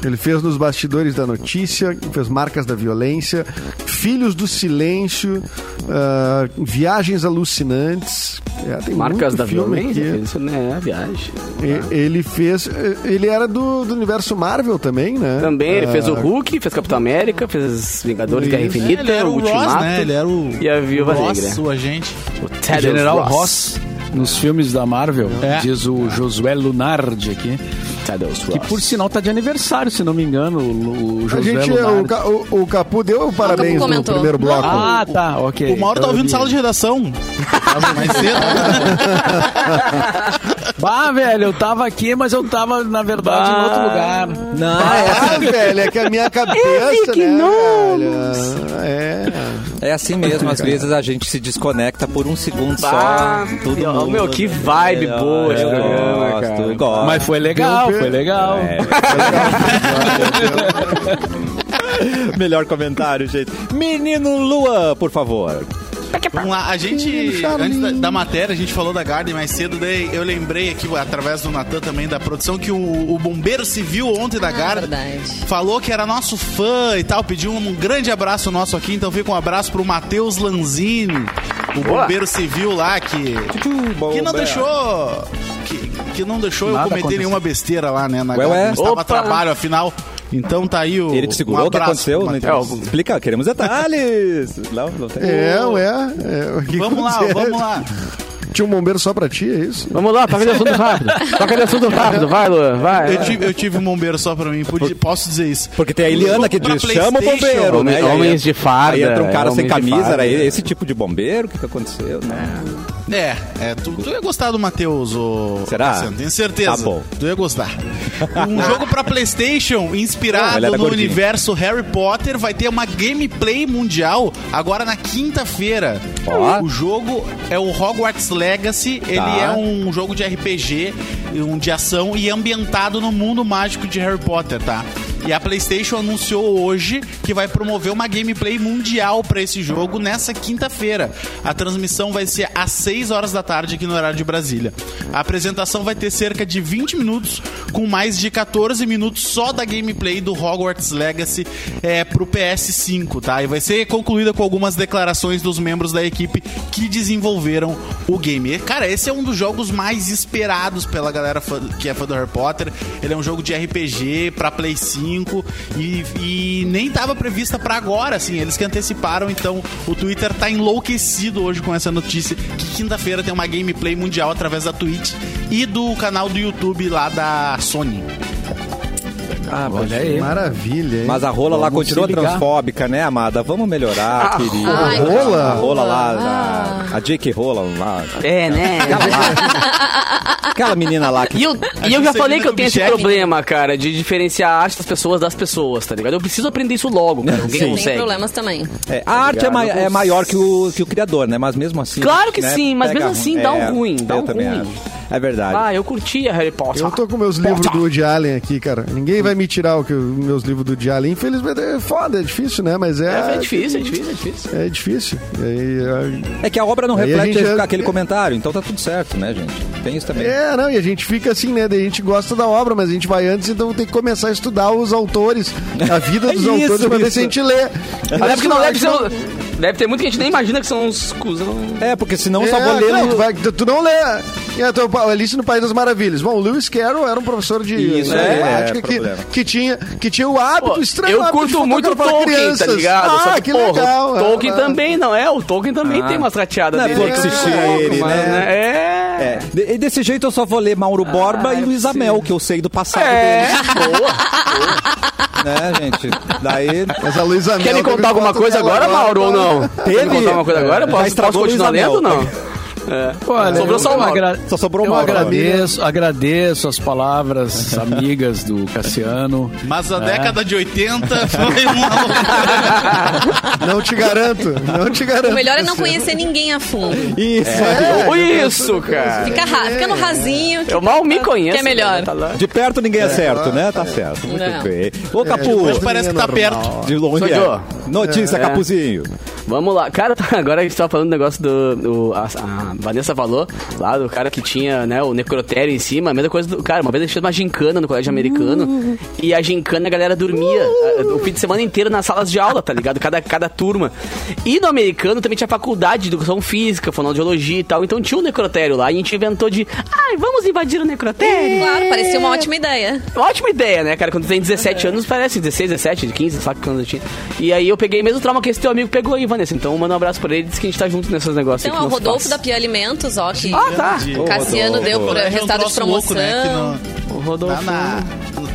S6: Ele fez Nos Bastidores da Notícia, fez Marcas da Violência, Filhos do Silêncio, ah, Viagens Alucinantes. É, tem
S2: Marcas
S6: muito
S2: da
S6: filme
S2: violência.
S6: aqui.
S2: Isso né? é viagem.
S6: E- Ele fez. eh, Ele era do, do universo Marvel também, né?
S2: Também, ele
S6: Ah,
S2: fez o Hulk, fez Capitão América, fez Vingadores Guerra
S6: Isso.
S2: Infinita,
S3: Ele era o
S2: Ultimato.
S3: Ross, né? Ele era o
S2: E a Viúva
S3: Ross,
S2: Negra.
S3: o agente.
S2: O Ted
S5: General
S2: Ross.
S5: Ross. nos filmes da Marvel,
S3: É.
S5: diz o Josué Lunardi aqui.
S2: Thaddeus Ross.
S5: Que por sinal tá de aniversário, se não me engano, o, o
S6: A
S5: Josué
S3: é
S6: gente,
S5: Lunardi.
S6: o, Ca- o, o Capu deu o parabéns no
S4: comentou.
S6: primeiro bloco.
S5: Ah, tá, ok.
S3: O Mauro tá
S5: Eu
S3: ouvindo
S5: vi.
S3: sala de redação. Tava mais cedo. né?
S5: Bah, velho, eu tava aqui, mas eu tava, na verdade, em outro lugar.
S8: Não,
S6: Ah, velho, é que a minha cabeça, né, velho? É.
S1: É (laughs) assim mesmo, às vezes a gente se desconecta por um segundo só.
S2: Bah,
S1: Tudo
S2: meu,
S1: muda.
S2: meu, que vibe
S1: É,
S2: boa esse
S1: eu
S2: programa,
S1: gosto,
S2: cara.
S1: eu gosto.
S5: Mas foi legal,
S6: Deu-
S5: foi legal.
S1: (laughs) Melhor comentário, gente. Menino Lua, por favor.
S3: Vamos lá, a gente, antes da, da matéria, a gente falou da Garden mais cedo, daí eu lembrei aqui, através do Natan também, da produção, que o, o bombeiro civil ontem da Garden
S4: verdade.
S3: falou que era nosso fã e tal, pediu um grande abraço nosso aqui, então fica um abraço pro Matheus Lanzini, o
S2: Boa.
S3: bombeiro civil lá, que, que não deixou... Que, que não deixou eu
S5: Nada
S3: cometer
S5: aconteceu.
S3: nenhuma besteira lá, né, na
S1: Ué, ué.
S3: Garden, estava
S2: Opa.
S3: a trabalho, afinal... Então tá aí o.
S1: Ele te segurou
S3: um
S1: o que
S3: abraço
S1: aconteceu?
S3: pro
S1: Né?
S3: Matheus.
S1: Explica, queremos detalhes. Não, não tem.
S6: É, ué. é, o que
S3: Vamos lá,
S6: aconteceu?
S3: vamos lá.
S6: Tinha um bombeiro só pra ti, é isso?
S2: Vamos lá, toca de assunto rápido. Toca de assunto rápido, vai, Luan, vai.
S3: Eu tive, eu tive um bombeiro só pra mim, pude- posso dizer isso.
S1: Porque tem a Eliana que
S3: Pra
S1: diz, chama o
S3: PlayStation,
S1: bombeiro,
S2: Homem-
S1: né? E aí-
S2: homens de farda,
S1: Aí entra um cara
S2: é,
S1: sem
S2: homens de
S1: camisa,
S2: farda.
S1: era esse tipo de bombeiro? O que, que aconteceu? né?
S3: É, é tu, tu ia gostar do Matheus, ô.
S1: Será?
S3: Cassiano, Tenho certeza.
S1: Tá bom.
S3: Tu ia
S1: (laughs)
S3: gostar. Um jogo pra PlayStation
S1: Não,
S3: inspirado
S1: ele é era
S3: no
S1: gordinho.
S3: universo Harry Potter vai ter uma gameplay mundial agora na quinta-feira.
S1: Ó. Tá.
S3: O jogo é o Hogwarts Legacy. Ele é um jogo de RPG, um de ação e ambientado no mundo mágico de Harry Potter, tá? E a PlayStation anunciou hoje que vai promover uma gameplay mundial pra esse jogo nessa quinta-feira. A transmissão vai ser às 6 horas da tarde aqui no horário de Brasília. A apresentação vai ter cerca de 20 minutos, com mais de 14 minutos só da gameplay do Hogwarts Legacy é, pro PS5, tá? E vai ser concluída com algumas declarações dos membros da equipe que desenvolveram o game. E, cara, esse é um dos jogos mais esperados pela galera fã- que é fã do Harry Potter. Ele é um jogo de RPG pra Play 5 e, e nem tava prevista pra agora, assim. Eles que anteciparam, então o Twitter tá enlouquecido hoje com essa notícia que quinta-feira tem uma gameplay mundial através da Twitch e do canal do YouTube lá da Sony.
S1: Ah,
S5: Olha
S1: é
S2: É
S5: aí.
S6: Maravilha, hein?
S1: Mas a rola lá
S5: Vamos
S1: continua
S5: se ligar.
S1: transfóbica, né, amada? Vamos
S2: Ah,
S1: melhorar, querida.
S4: rola?
S1: A rola? A
S6: Ai,
S1: rola lá, a, a Jake rola lá.
S2: É, né?
S1: Aquela menina lá
S2: E
S1: que...
S2: eu, e eu já
S3: Juscelina
S2: falei que eu tenho esse
S3: Kubitschek.
S2: problema, cara, de diferenciar a arte das pessoas das pessoas, tá ligado? Eu preciso aprender isso logo, cara.
S1: Sim.
S2: Alguém
S4: Tem
S2: consegue.
S4: problemas também.
S1: É, a arte é,
S2: ligado?
S1: ma-
S2: Eu
S1: é
S2: cons-
S1: maior que o, que o criador, né? Mas mesmo assim...
S2: Claro que sim, mas
S1: pega É,
S2: mesmo assim dá um ruim, dá
S1: eu
S2: um
S1: também
S2: ruim.
S1: acho. É verdade.
S2: Ah, eu curtia Harry Potter.
S6: Eu tô com meus livros do Woody Allen aqui, cara. Ninguém vai me tirar o que os meus livros do Woody Allen. Infelizmente é foda, é difícil, né? Mas é.
S2: É, é difícil, é difícil, é difícil.
S6: É difícil. E aí,
S1: É que a obra não
S6: Aí a
S1: reflete
S6: gente já-
S1: aquele comentário, então tá tudo certo, né, gente? Tem isso também.
S6: É, É, não, e a gente fica assim, né? Daí a gente gosta da obra, mas a gente vai antes, então tem que começar a estudar os autores, a vida
S1: (laughs)
S6: dos
S2: Isso,
S6: autores, pra ver
S2: isso.
S6: se a gente lê.
S2: Até é porque não deve
S6: é
S2: ser. um- Deve ter muito que a gente nem imagina que são uns cuzão.
S1: É, porque senão eu
S6: É,
S1: só vou ler um,
S6: não,
S1: no-
S6: tu, vai- tu- tu não lê. É, tu- Alice no País das Maravilhas. Bom, o Lewis Carroll era um professor de
S1: Isso, é,
S6: matemática
S1: é,
S6: que,
S1: problema.
S6: que, tinha, que tinha o hábito
S2: Pô,
S6: estranho
S2: eu
S6: hábito de
S2: curto muito o
S6: fotografar
S2: Tolkien,
S6: crianças.
S2: tá ligado? Só
S6: Ah,
S2: que,
S6: que
S2: porra,
S6: legal.
S2: o
S6: é,
S2: Tolkien
S6: é.
S2: também, não é? O Tolkien também
S1: Ah.
S2: tem umas rateadas
S1: Não é
S2: dele.
S6: um
S1: flor que se
S2: É,
S1: cheire,
S2: mas,
S1: né?
S2: É.
S1: É. De- e desse jeito eu só vou ler Mauro
S6: Ah,
S1: Borba e Luiz Amel, que eu sei do passado
S2: É.
S1: deles,
S2: Boa.
S1: né, gente? Daí.
S6: Mas a Luísa
S2: Quer me
S6: Mel,
S2: contar
S6: eu
S2: alguma
S6: gosto
S2: coisa
S6: dela
S2: agora, Mauro, ou não? Quer me
S1: Teve.
S2: contar uma coisa agora?
S1: É. Já
S2: Posso, posso
S1: estragou
S2: continuar
S1: o Luiz
S2: lendo ou não?
S1: Amel.
S2: É.
S5: Olha,
S2: Sobrou
S5: eu
S2: só o Mauro.
S5: agra-
S1: Só sobrou o
S5: eu
S1: Mauro agora.
S5: agradeço, agradeço as palavras amigas do Cassiano.
S3: Mas a década de 80 foi uma loucura.
S6: Não te garanto, não te garanto.
S4: O melhor é não
S6: Cassiano.
S4: conhecer ninguém a fundo.
S1: Isso.
S6: É,
S2: Ô, Isso, cara.
S4: Fica, ra- fica no rasinho. que-
S2: Eu mal me conheço.
S4: Que é melhor.
S2: né? Tá lá.
S1: De perto ninguém é, certo, né? Tá certo. Muito
S4: Não.
S1: bem. Ô,
S6: é,
S1: Capu.
S2: É,
S3: Hoje parece que tá perto.
S1: De longe
S2: Sou
S1: é.
S2: eu.
S1: Notícia,
S2: É.
S1: Capuzinho.
S2: Vamos lá. Cara, (laughs) tá- agora a gente tava falando do negócio do... do- a, a Vanessa falou lá do cara que tinha, né, o necrotério em cima. A mesma coisa do... Cara, uma vez a gente fez uma gincana no colégio americano. E a gincana, a galera dormia a- o fim de semana inteiro nas salas de aula, tá ligado? Cada, cada turma. E no americano também tinha faculdade de educação física, fonoaudiologia e tal. Então tinha um necrotério lá. E a gente inventou de... Ai, vamos invadir o necrotério.
S4: Claro, parecia uma ótima
S2: É.
S4: ideia. Então,
S2: Ótima ideia, né, cara? Quando tu tem 17
S4: É.
S2: anos, parece 16, 17, 15, sabe quantos eu tinha. E aí eu peguei mesmo o trauma que esse teu amigo pegou aí, Vanessa. Então manda um abraço pra ele diz que a gente tá junto nesses negócios.
S4: Então,
S2: aí que
S4: é o
S2: não se
S4: Rodolfo
S2: faz.
S4: da Pia Alimentos, ó, que
S2: Ah, tá.
S4: o Cassiano
S1: Rodolfo.
S4: deu por
S3: É um
S4: resultado de
S3: troço louco,
S4: promoção.
S3: né, que não-
S2: O Rodolfo.
S3: Lá na-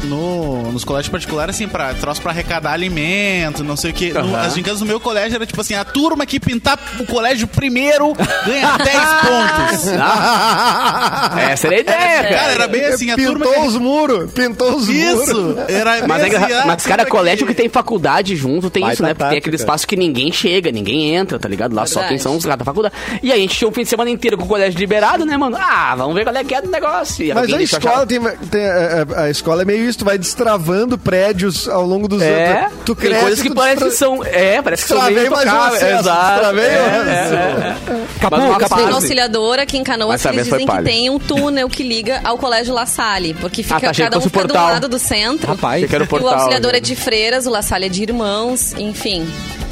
S3: no, nos colégios particulares, assim, pra, troço pra arrecadar alimento, não sei o quê. No-
S2: Aham.
S3: as gincanas do meu colégio era tipo assim: a turma que pintar o colégio primeiro
S2: (laughs)
S3: ganha 10 pontos.
S2: Ah!
S4: (laughs)
S2: Essa era a ideia, cara.
S3: Cara, era bem assim: a turma.
S6: pintou os muros, pintou os muros.
S3: Isso! Era
S2: Mas, é
S3: bem
S2: engraçado.
S3: assim, ah,
S2: Mas, cara,
S3: turma
S2: colégio que tem faculdade junto tem
S1: Baita
S2: isso, né? Porque tem
S1: tática.
S2: aquele espaço que ninguém chega, ninguém entra, tá ligado? Lá só
S4: Verdade.
S2: quem são os caras da faculdade. E aí a gente tinha um fim de semana inteiro com o colégio liberado, né, mano? Ah, vamos ver qual é que é do negócio. E
S6: Mas
S2: alguém
S6: a
S2: deixou
S6: escola
S2: chave-
S6: tem, tem- é, é, a escola é meio isso, tu vai destravando prédios ao longo dos
S2: É,
S6: anos. Tu
S2: tem
S6: cresce,
S2: coisas que
S6: tu
S2: parecem
S6: destra-
S2: que são. É, parece que são
S6: Travei
S2: meio
S6: mais um
S2: intocáveis.
S6: acesso,
S2: Exato.
S6: travei
S2: é,
S6: um
S2: é, é, é.
S1: Capu,
S2: Mas uma
S1: Capu.
S4: Tem
S2: fase.
S4: um auxiliador aqui em Canoas
S2: Essa
S4: que eles
S2: vez foi
S4: dizem que
S2: palha.
S4: tem um túnel que liga ao Colégio La Salle, porque fica,
S2: Ah, tá, achei que
S4: cada um
S2: fosse o
S4: fica de um
S2: portal.
S4: lado do centro.
S1: Rapaz.
S2: Achei que era o
S4: e o
S2: portal,
S4: auxiliador
S2: né?
S1: tipo-
S4: é de freiras, o La Salle é de irmãos, enfim.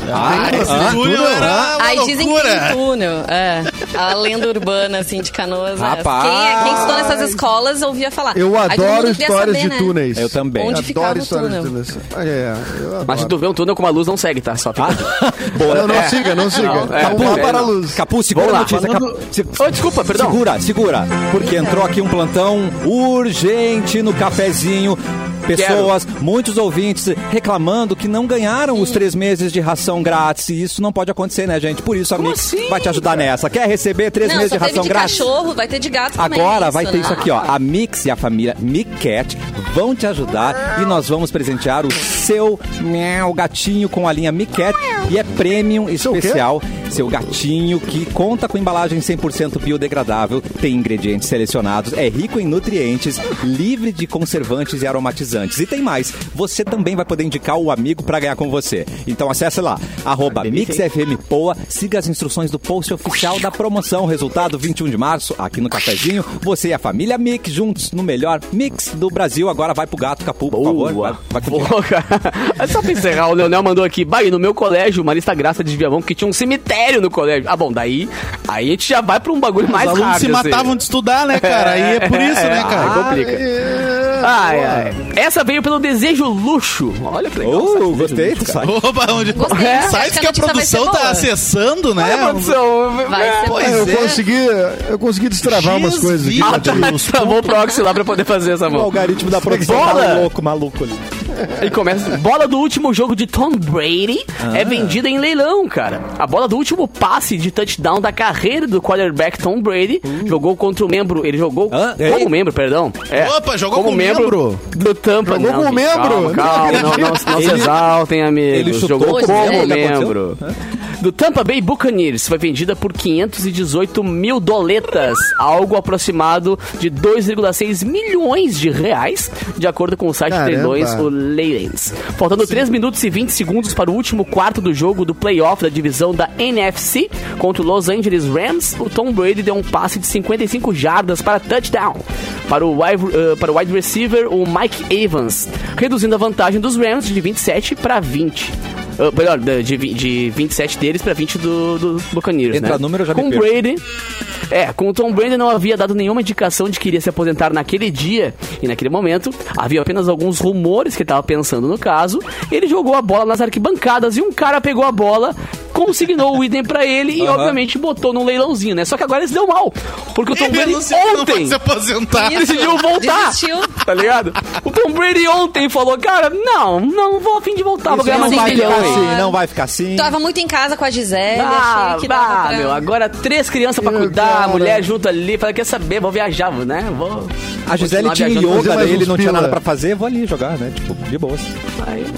S4: Ah,
S1: Ah,
S3: que- Esse Túlio era uma
S4: Aí dizem que
S3: loucura.
S4: tem um túnel. É. A lenda urbana, assim, de Canoas. é essa.
S1: Rapaz.
S4: Quem, é- quem estudou nessas escolas ouvia falar.
S6: Eu
S4: Aí todo
S6: adoro
S4: mundo queria
S6: histórias
S4: saber,
S6: de
S4: né?
S6: túneis.
S1: Eu também.
S4: Onde ficava
S6: adoro
S4: o
S6: histórias de
S4: túnel?
S6: túneis. Ah, é, eu adoro.
S2: Mas se tu vê um túnel com uma luz, não segue, tá? Só fica.
S1: Ah.
S6: Não, não siga, não siga.
S2: Não, é,
S4: tá
S6: Calma
S2: bom,
S6: para a
S2: é,
S6: luz.
S1: Capu, segura
S2: Vamos
S1: a
S2: lá.
S1: notícia.
S5: Falando-
S1: Capu, se-
S2: Ô, desculpa, perdão.
S1: Segura, segura. Porque entrou aqui um plantão urgente no cafezinho. Pessoas, muitos ouvintes reclamando que não ganharam os três meses de ração grátis. E isso não pode acontecer, né, gente? Por isso a Mix
S2: assim,
S1: vai te ajudar nessa. Quer receber três
S4: Não,
S1: meses
S4: só
S1: de
S4: teve
S1: ração
S4: de
S1: grátis?
S4: cachorro, vai ter de gato também.
S1: Agora vai ter
S4: né?
S1: isso aqui, ó. A Mix e a família Micat vão te ajudar e nós vamos presentear o seu miau, gatinho com a linha Micat e é premium especial. Seu gatinho que conta com embalagem 100% biodegradável, tem ingredientes selecionados, é rico em nutrientes, livre de conservantes e aromatizantes. E tem mais, você também vai poder indicar o amigo para ganhar com você. Então acesse lá, arroba MixFMPoa, siga as instruções do post oficial da promoção. Resultado 21 de março, aqui no Cafezinho. Você e a família Mix juntos no melhor mix do Brasil. Agora vai pro gato, Capu, por favor. Vai, vai contigo.
S2: Boa, cara. Só pra encerrar, o Leonel mandou aqui. Bah, e no meu colégio, uma lista graça de Viamão, que tinha um cemitério no colégio. Ah, bom, daí aí a gente já vai pra um bagulho mais
S3: Os alunos
S2: rápido.
S3: se
S2: assim.
S3: matavam de estudar, né, cara? Aí é por isso, né, cara?
S2: Ah, complica. Ai, ai. Essa veio pelo desejo luxo. Olha que legal.
S1: Uh,
S2: sabe?
S1: gostei, tu sabe.
S3: Opa, onde...
S4: Gostei,
S2: É?
S4: acho
S3: Sites que a
S4: notícia vai ser
S3: produção
S4: boa.
S3: tá acessando, né?
S2: Olha, produção.
S4: Vai ser
S6: Ah, eu
S3: Pois é.
S6: consegui, eu consegui destravar umas coisas aqui.
S2: Ah, tá.
S3: Desvio dos
S2: Travou o proxy lá pra poder fazer essa
S1: O
S2: mão.
S1: algoritmo da produção
S2: Bola!
S1: tá louco, maluco ali.
S2: Ele começa. Bola do último jogo de Tom Brady
S1: Ah.
S2: é vendida em leilão, cara. A bola do último passe de touchdown da carreira do quarterback Tom Brady jogou contra o membro. Ele jogou
S1: Hum. Hã?
S2: como
S1: Ei?
S2: membro, perdão. É,
S3: Opa, jogou com membro?
S2: do Tampa.
S6: Jogou
S2: não,
S6: com
S2: gente,
S6: membro?
S2: Calma, calma, não, não, não se
S1: Ele-
S2: exaltem, amigos.
S1: ele chutou
S2: jogou
S1: com
S2: como
S1: membro, né,
S2: membro.
S9: do Tampa Bay Buccaneers foi vendida por 518 mil doletas, algo aproximado de 2,6 milhões de reais, de acordo com o site de
S6: Caramba.
S9: leilões, o Leirens. Faltando 3 minutos e 20 segundos para o último quarto do jogo do playoff da divisão da NFC contra o Los Angeles Rams, o Tom Brady deu um passe de 55 jardas para touchdown para o, wide, eh, para o wide receiver, o Mike Evans, reduzindo a vantagem dos Rams de 27 para 20. Ah, melhor, de, de- de 27 deles para 20 do, do Buccaneers,
S1: Entra
S9: né?
S1: número, eu já me
S9: Com
S1: perco.
S9: Brady. É, com o Tom Brady não havia dado nenhuma indicação de que iria se aposentar naquele dia e naquele momento. Havia apenas alguns rumores que ele estava pensando no caso. Ele jogou a bola nas arquibancadas e um cara pegou a bola, consignou o item pra ele e,
S1: Aham.
S9: obviamente, botou num leilãozinho, né? Só que agora eles deu mal. Porque o Tom Brady
S3: não vai
S9: ontem
S3: se aposentar.
S4: Isso.
S9: decidiu voltar.
S4: Desistiu.
S9: Tá ligado? O Tom Brady ontem falou, cara, não, não vou a fim de voltar,
S3: é
S9: vou ganhar mais
S1: não
S9: um
S1: vai
S9: milhão
S1: ficar
S9: aí.
S1: assim, não vai ficar assim.
S4: Tava muito em casa com a Gisele,
S9: Ah,
S4: achei que dava
S9: bah,
S4: pra-
S9: meu, agora três crianças pra
S6: Meu
S9: cuidar, a
S6: cara.
S9: mulher junto ali, fala, quer saber, vou viajar, vou, né? Vou.
S1: A Gisele
S9: continuar
S1: tinha
S9: viajando,
S6: fazer
S1: yoga,
S6: mais
S1: daí ele
S6: uns
S1: não tinha
S6: pila.
S1: nada pra fazer, vou ali jogar, né? Tipo, de boas.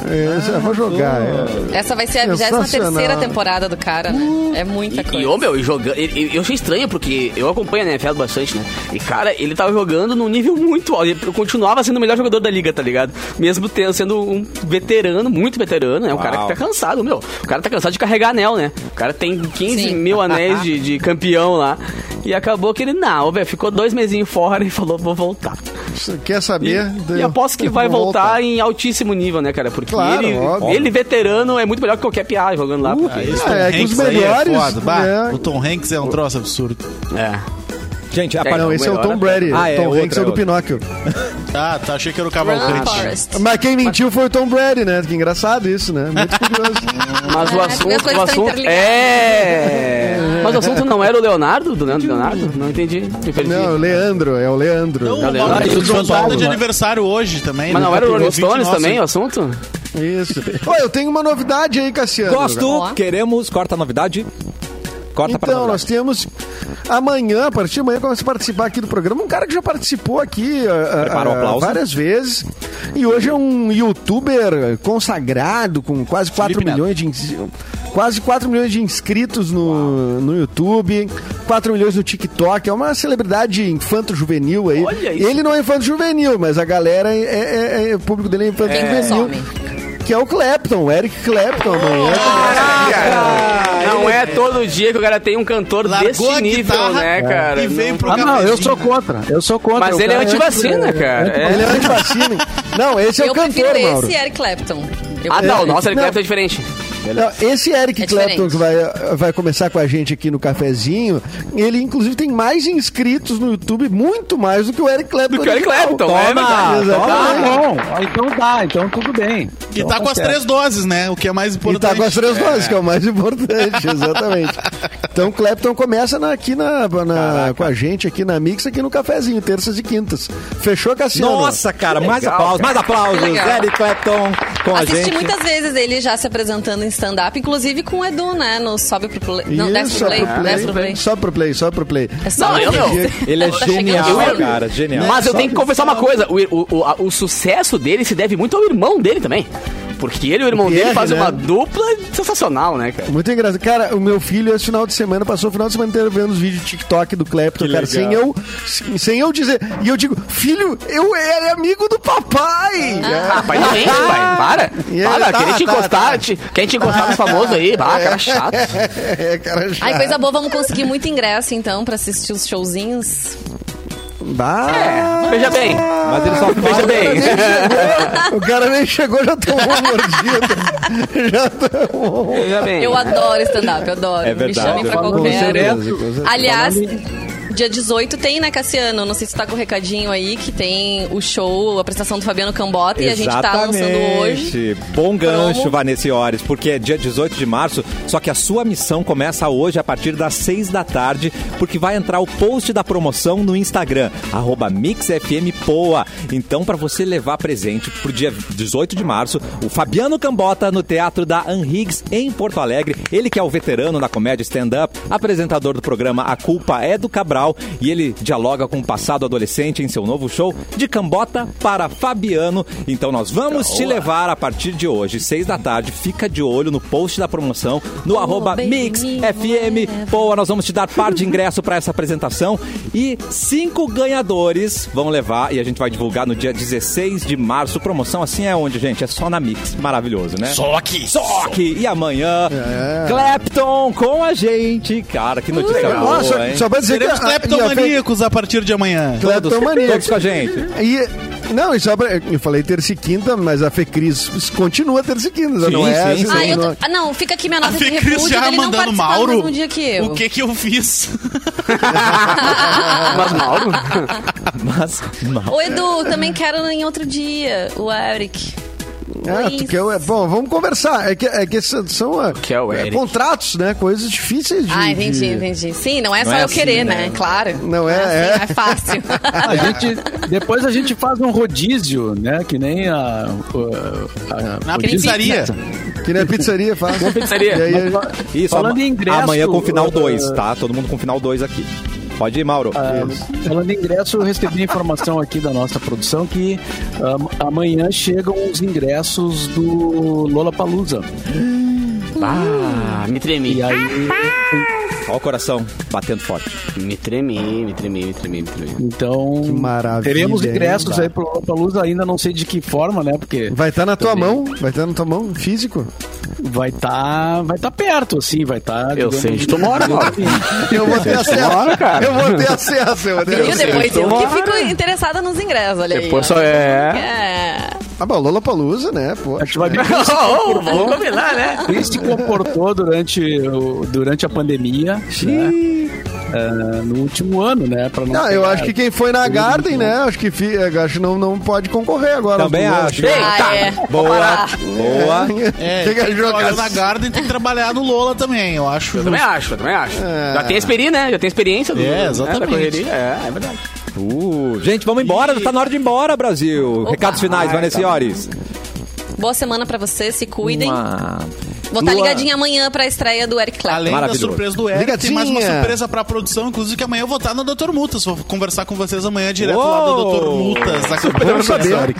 S6: É, isso, eu vou jogar. é.
S4: Essa vai ser a 23
S6: Sensacional.
S4: temporada do cara, né? É muita
S9: E,
S4: coisa.
S9: e ô, meu, e jogando. e- e- Eu achei estranho, porque eu acompanho a NFL bastante, né? E, cara, ele tava jogando num nível muito alto. Ele continuava sendo o melhor jogador da liga, tá ligado? Mesmo tendo, sendo um veterano, muito veterano, né? Um cara que
S1: Uau.
S9: tá cansado, meu. O cara tá cansado de carregar anel, né? O cara tem 15
S4: Sim.
S9: mil
S4: (laughs)
S9: anéis de, de campeão lá. E acabou que ele, não, velho, ficou dois mesinhos fora e falou, vou voltar.
S6: Você Quer saber?
S9: E, e aposto que vai
S6: Volta.
S9: voltar em altíssimo nível, né, cara? Porque
S6: Claro,
S9: ele,
S6: óbvio.
S9: ele, veterano, é muito melhor que qualquer piá jogando lá. porque-
S3: Esse
S6: Ah, é que os melhores,
S3: foda. Bah,
S6: né?
S3: O Tom Hanks é um troço absurdo.
S9: É.
S1: Gente, a
S9: É,
S1: parte...
S6: Não, esse é o Tom Brady.
S1: Ah, é,
S6: Tom
S1: outra,
S6: Hanks é o do
S1: outra.
S6: Pinóquio.
S3: Ah, tá, achei que era o
S9: é
S4: Run,
S3: Cavalcante.
S4: Forrest.
S6: Mas quem mentiu foi o Tom Brady, né? Que engraçado isso, né? Muito curioso.
S9: Mas o
S4: Ah, as
S9: assunto,
S4: coisas
S9: o
S4: estão
S9: assunto
S4: interligadas.
S9: é. Mas o assunto não era o Leonardo, do Leandro Leonardo? Não entendi. Me perdi.
S6: Não, o Leandro, é o Leandro.
S3: Não, o é
S9: Galera,
S3: Mauro
S9: isso
S3: Henrique
S5: de São
S3: Gonzaga
S5: Paulo,
S3: um de
S5: né?
S3: aniversário hoje também.
S9: Mas
S3: né?
S9: não era o Rolling
S3: Ouvinte
S9: Stones
S3: nosso.
S9: também o assunto?
S6: Isso. Ó, eu tenho uma novidade aí, Cassiano.
S1: Gosto,
S4: Ó.
S1: queremos, corta a novidade. Corta pra
S6: Então,
S1: novidade.
S6: nós temos amanhã, a partir de amanhã, começa a participar aqui do programa. Um cara que já participou aqui ah,
S1: Prepara o
S6: ah,
S1: aplauso.
S6: várias vezes. E hoje é um youtuber consagrado, com quase 4
S3: Felipe Neto.
S6: milhões de ins- quase 4 milhões de inscritos no, no YouTube, 4 milhões no TikTok. É uma celebridade infanto-juvenil aí.
S9: Olha isso.
S6: Ele não é infanto-juvenil, mas a galera, é, é- é- o público dele é infanto-juvenil.
S4: consome?
S6: Que é o Clapton, o Eric Clapton. amanhã.
S9: não é todo dia que o cara tem um cantor
S3: Largou a
S9: desse nível,
S3: guitarra
S9: né, cara?
S3: E veio
S9: Não-
S3: pro
S5: Ah, não, eu
S3: cafezinho.
S5: sou contra. Eu sou contra.
S9: Mas
S5: O
S9: ele é
S5: cara
S9: antivacina, cara. É.
S6: Ele é antivacina. Não, esse é
S4: eu
S6: o cantor,
S4: prefiro
S6: Mauro.
S4: esse Eric Clapton. Eu
S9: Ah, não,
S6: É,
S9: nossa, ele
S6: não.
S9: deve é diferente.
S6: Não, esse Eric
S4: É
S6: Clapton
S4: diferente.
S6: que vai, vai começar com a gente aqui no cafezinho, ele inclusive tem mais inscritos no YouTube, muito mais do que o Eric Clapton.
S9: Do que o Eric
S6: original.
S9: Clapton, é verdade.
S5: Tá
S6: Exatamente.
S5: bom, então dá, então tudo bem. Então
S3: E tá com as três doses, né? O que é mais
S6: E
S3: importante.
S6: tá com as três doses, que é o mais importante, (laughs) exatamente. Então o Clapton começa na- aqui na, na- com a gente, aqui na Mix, aqui no cafezinho, terças e quintas. Fechou, Cassiano?
S1: Nossa, cara, mais
S9: legal,
S1: aplausos,
S9: cara.
S1: mais aplausos.
S4: Legal.
S1: Eric Clapton com a
S4: Assisti
S1: gente.
S4: muitas vezes ele já se apresentando em stand-up, inclusive com o Edu, né? No Sobe pro Play. Não, desce pro
S6: só
S4: Play.
S6: pro play,
S4: Desce pro Play.
S6: Só pro play, só pro play.
S4: É só
S9: Não, eu não.
S1: Ele é
S4: Tá chegando
S1: genial,
S4: junto.
S1: cara, genial.
S9: Mas eu
S6: É. só
S9: tenho que
S6: que-
S9: confessar uma coisa: o, o- o- a- o sucesso dele se deve muito ao irmão dele também. Porque ele e o irmão
S6: O Pierre,
S9: dele fazem
S6: né?
S9: uma dupla sensacional, né, cara?
S6: Muito engraçado. Cara, o meu filho esse final de semana passou o final de semana inteiro vendo os vídeos de TikTok do Clapton,
S1: Que
S6: cara,
S1: legal.
S6: sem eu, sem- sem eu dizer. E eu digo, filho, eu era amigo do papai!
S9: Ah, pai, não mente, pai. Para.
S6: E ele-
S9: Para,
S6: tá,
S9: querer te
S6: tá,
S9: encostar,
S6: tá.
S9: te- quem te encostar nos famosos aí, bah, cara chato.
S6: É, (laughs) cara, já...
S4: Ai, coisa boa, vamos conseguir muito ingresso então pra assistir os showzinhos.
S6: Bah.
S9: Veja bem,
S1: Mas ele só
S9: veja bem.
S6: O cara nem chegou, já tomou uma mordida. (laughs) já tomou.
S9: Veja bem.
S4: Eu adoro stand-up, eu adoro.
S1: É verdade,
S4: Me chamem pra
S1: é
S5: Com
S4: qualquer.
S5: certeza,
S6: Quero.
S5: com certeza.
S4: Aliás, dia 18 tem, né, Cassiano? Não sei se tu tá com o recadinho aí, que tem o show, a apresentação do Fabiano Cambota e a gente tá lançando hoje.
S1: Exatamente. Bom gancho,
S4: Promo.
S1: Vanessa Iores, porque é dia 18 de março, só que a sua missão começa hoje a partir das 6 da tarde, porque vai entrar o post da promoção no Instagram, arroba MixFMPoa. Então, para você levar presente pro dia 18 de março, o Fabiano Cambota no Teatro da Anrigues, em Porto Alegre. Ele que é o veterano da comédia stand-up, apresentador do programa A Culpa é do Cabral. Cabral e ele dialoga com o passado adolescente em seu novo show de Cambota para Fabiano. Então nós vamos te levar a partir de hoje, seis da tarde. Fica de olho no post da promoção no arroba
S4: baby,
S1: Mix FM. Boa, nós vamos te dar par de ingresso para essa apresentação e cinco ganhadores vão levar e a gente vai divulgar no dia 16 de março. Promoção assim é onde, gente? É só na Mix. Maravilhoso, né?
S3: Só aqui.
S1: Só que e amanhã, É. Clapton com a gente. Cara, que notícia boa,
S6: Ó, Ah, só,
S1: hein?
S6: só pra dizer
S3: Seremos
S6: que... a- a- e a
S3: cleptomaníacos a partir de amanhã.
S6: Fe- Cleptomaníaco.
S1: todos com a gente.
S6: E, não, e só pra, eu falei terça e quinta, mas a Fecris continua terça e quinta.
S1: Sim,
S6: não é
S1: sim,
S6: essa,
S4: Ah, eu
S6: não-
S4: tô... ah, não, fica aqui minha
S3: A
S4: nota de
S9: é
S3: Fê Cris
S4: repúdio
S3: já
S4: dele não
S3: mandando
S4: participar do
S3: Mauro.
S4: mesmo dia que eu.
S3: O que que eu fiz?
S2: Mas Mauro?
S1: Mas, não.
S4: Ô, Edu, também quero em outro dia. O Eric.
S6: Ah, tu quer o- bom, vamos conversar. É que, é que são, são ah,
S2: que é o Eric?
S6: contratos, né? Coisas difíceis de.
S4: Ah, entendi,
S6: de-
S4: entendi. Sim, não é só
S1: é
S4: eu
S1: assim,
S4: querer,
S1: né?
S4: né? Claro.
S6: Não é,
S4: assim, é
S6: (laughs)
S4: fácil. (laughs)
S5: A gente, depois a gente faz um rodízio, né? Que nem a. a- a-
S3: Na
S5: rodízio.
S3: pizzaria.
S6: Que nem a pizzaria faz. Uma
S2: pizzaria.
S6: E aí,
S1: Isso,
S5: Falando
S1: ama-
S5: em ingresso,
S1: amanhã com final
S5: uh,
S1: 2, tá? Todo mundo com final 2 aqui. Pode ir, Mauro.
S5: Ah, Falando em ingresso, eu recebi a informação aqui da nossa produção que ah, amanhã chegam os ingressos do Lola Palusa.
S2: Ah, me tremi.
S5: E aí,
S1: Olha o coração batendo forte.
S2: Me tremi, me tremi, me tremi, me tremi.
S5: então.
S6: Que maravilha,
S5: Teremos
S6: hein,
S5: ingressos
S6: cara?
S5: aí pro Lola Palusa, ainda não sei de que forma, né? Porque
S6: vai estar na tua mão, vai estar na tua mão, físico.
S5: vai estar vai tá perto, assim, vai estar.
S2: Eu sei, de tomara, Mauro.
S5: assim.
S6: Eu vou ter acesso. Eu vou ter acesso. Eu vou ter
S4: Viu?
S6: acesso.
S4: Depois eu que fico interessada nos ingressos, olha aí.
S2: Depois
S4: ó.
S2: só é.
S4: É.
S6: Ah, bom, Lola Palusa, né? Pô.
S5: Acho que
S2: (laughs)
S5: vai vir
S2: Oh, vamos combinar, né?
S5: Cris se comportou durante, o- durante a pandemia, né? Ah, no último ano, né? Pra não
S6: Não, eu
S5: pegar-
S6: acho que quem foi na Garden, né? Acho que, fi- acho que não, não pode concorrer agora.
S1: Também
S6: Os-
S1: acho.
S4: Ah, é.
S1: Boa,
S6: (laughs)
S1: boa.
S3: É,
S6: Tem que
S3: quem
S6: jogar. assim.
S3: joga na Garden tem que trabalhar no Lola também, eu acho.
S2: Também acho, eu também acho. Já tem experiência, né? Já tem experiência do,
S3: É,
S2: né,
S3: exatamente.
S2: da correria. É, é verdade.
S1: Uh, gente, vamos embora. Tá na hora de ir embora, Brasil. Recados finais, Vanessa Iores.
S4: Boa semana pra vocês, se cuidem.
S1: Uma-
S4: Vou estar
S1: Lua.
S4: ligadinha amanhã pra estreia do Eric Clapton.
S3: É, Além da
S1: Maravilhoso.
S3: surpresa do Eric, tem mais uma
S6: Ligadinha.
S3: surpresa pra produção, inclusive que amanhã eu vou estar no Dr. Mutas. Vou conversar com vocês amanhã direto lá do Dr.
S1: Uou!
S3: Mutas. da
S6: Bom
S3: Campanha.
S6: saber.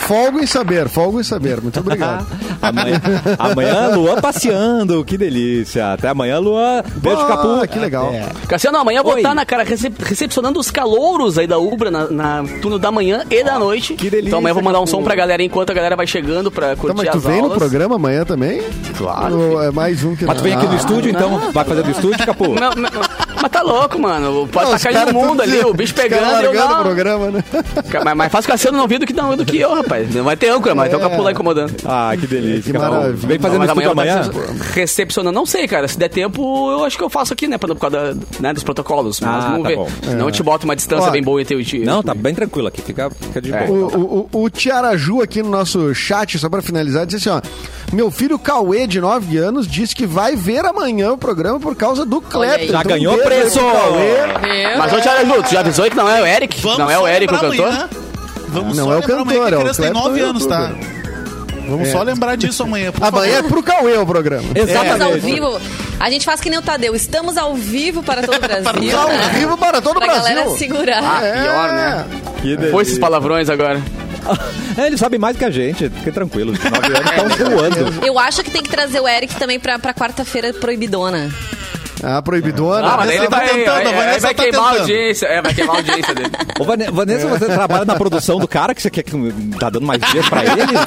S6: Folgo em saber, folgo em saber. Muito obrigado.
S2: (laughs)
S1: Amanhã, amanhã, Luan passeando. Que delícia. Até amanhã, Luan. Beijo,
S6: Ah,
S1: Capu.
S6: Que legal.
S2: Cassiano, amanhã eu vou
S1: Oi.
S2: estar na cara recep- recepcionando os calouros aí da Ubra na, na turno da manhã e da noite.
S1: que delícia,
S2: Então amanhã eu vou mandar um
S1: que
S2: som pra galera enquanto a galera vai chegando pra curtir
S6: Tá, mas tu
S2: as
S6: vem
S2: aulas.
S6: no programa amanhã também?
S2: Claro,
S6: Ou é mais um que
S1: Mas tu vem aqui no estúdio, então? Vai fazer do estúdio, Capu?
S2: Não, não, mas tá louco, mano. Pode
S6: Os
S2: tacar
S6: caras
S2: ele no mundo
S6: tudo
S2: ali,
S6: de-
S2: o bicho
S6: os caras
S2: pegando. Eu,
S6: largando o
S2: não.
S6: programa, né?
S2: Mas, mas faz o Cassiano não vir do que, não, do que eu, rapaz. Não vai ter âncora,
S6: É.
S2: mas tem o Capu lá incomodando.
S1: Ah, que delícia.
S6: Que
S1: Capu.
S6: maravilha.
S1: Vem fazer no
S2: Não, mas
S1: estúdio
S2: eu
S1: amanhã?
S2: vou estar Recepcionando, não sei, cara. Se der tempo, eu acho que eu faço aqui, né? Pra, por causa da- né, dos protocolos. Mas
S1: Ah,
S2: vamos
S1: tá
S2: ver.
S1: bom.
S2: Senão eu te boto uma distância
S6: Ó,
S2: bem boa entre o tio.
S1: Não, tá bem tranquilo aqui. Fica, fica de
S2: É.
S1: boa.
S6: (laughs) O, o, o- o Tiaraju aqui no nosso chat, só pra finalizar, disse assim, ó. Meu filho Cauê, de 9 anos, disse que vai ver amanhã o programa por causa do
S4: aí.
S6: Clepton.
S1: Já
S6: Então,
S1: ganhou
S6: um beijo aí
S1: preço! É.
S6: pro Cauê.
S4: Viu?
S2: Mas, ô, Tiago, tu já avisou que não é o Eric?
S3: Vamos
S2: não é o
S3: só
S2: Eric o
S3: lembrar
S2: cantor?
S3: amanhã. Vamos
S6: Não
S3: só
S6: é o
S3: lembrar amanhã
S6: cantor,
S3: que
S6: é
S3: a
S6: o É.
S3: criança tem
S6: Clepton
S3: 9
S6: e o
S3: anos, tá?
S6: youtuber.
S3: Vamos só lembrar disso amanhã, por favor.
S6: Amanhã é pro Cauê o programa.
S4: Estamos ao
S1: Exatamente.
S4: vivo. A gente faz que nem o Tadeu. Estamos ao vivo para todo o Brasil.
S6: Tá Ao
S4: né?
S6: vivo para todo o
S4: Pra galera Ah,
S6: Brasil. Ah. É.
S4: segurar.
S2: Pior, né?
S1: Que delícia.
S2: Foi esses palavrões agora.
S1: (laughs) É, ele sabe mais que a gente. Fica tranquilo. Os nove anos estão voando.
S4: Eu acho que tem que trazer o Eric também pra, pra quarta-feira proibidona.
S6: Ah, proibidona.
S2: Ah, mas aí ele
S3: Vanessa
S2: vai,
S3: tá tentando,
S2: aí-
S3: a Vanessa
S2: aí vai
S3: tá
S2: queimar a
S3: tentando.
S2: audiência. É, vai queimar a audiência dele.
S1: Ô, Vane- Vanessa, você trabalha na produção do cara que você quer que tá dando mais dias pra ele?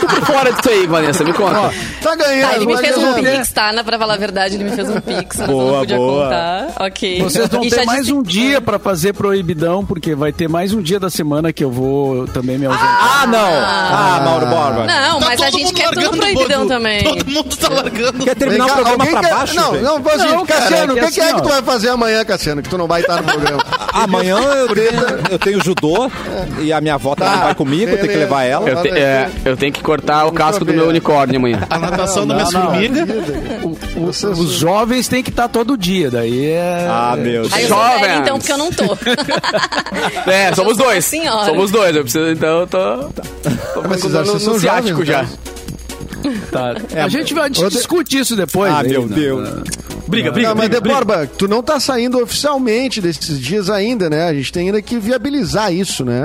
S2: Por fora disso aí, Vanessa, me conta.
S6: Tá ganhando,
S4: Tá, ele me
S6: tá
S4: fez um
S6: ganhando.
S4: pix, tá? Na, pra falar a verdade, ele me fez um pix. Mas eu
S1: Boa,
S4: não podia
S1: boa.
S4: contar. Ok.
S5: Vocês vão
S4: E
S5: ter
S4: já
S5: mais
S4: disse-
S5: um dia pra fazer proibidão, porque vai ter mais um dia da semana que eu vou também me ausentar.
S1: Ah, não! Ah, Mauro Borba.
S3: Tá
S4: Não, mas a gente quer tudo proibidão
S3: bordo.
S4: também.
S3: Todo mundo tá largando.
S1: Quer
S6: Vem
S1: terminar
S6: cá,
S1: o programa
S6: alguém
S1: pra
S6: É. quer-
S1: baixo?
S6: Não,
S1: gente?
S6: não, faz
S5: Não,
S6: isso.
S5: cara,
S6: Cassiano, o
S5: é
S6: que,
S5: que
S6: que é
S5: assim,
S6: que tu
S5: ó.
S6: vai fazer amanhã, Cassiano, que tu não vai estar no programa?
S1: Amanhã eu tenho, eu tenho judô e a minha avó também
S6: Tá,
S1: vai comigo, eu tenho que
S6: beleza.
S1: levar ela.
S2: Eu, te- é, eu tenho que cortar o casco do meu unicórnio amanhã.
S3: A natação da
S5: não.
S3: minha formiga.
S5: O- o- os jovens têm que estar todo dia, daí é.
S1: Ah, meu Deus.
S4: Aí eu sou
S2: Jovens.
S4: velha, então, porque eu não tô.
S2: É, somos dois.
S4: Senhora.
S2: Somos dois, eu preciso, então eu tô. tô
S6: Mas vocês
S2: no-
S6: acham que
S2: no
S6: são
S2: ciático
S6: jovens,
S2: já.
S6: então?
S5: Tá. a gente vai a gente
S6: Outra-
S5: discute isso depois.
S1: é, Ah,
S5: aí, né?
S1: meu
S5: na-
S1: Deus.
S5: na-
S8: Briga, briga,
S6: Tá, mas,
S8: briga,
S6: De
S8: briga.
S6: Borba, tu não tá saindo oficialmente desses dias ainda, né? A gente tem ainda que viabilizar isso, né?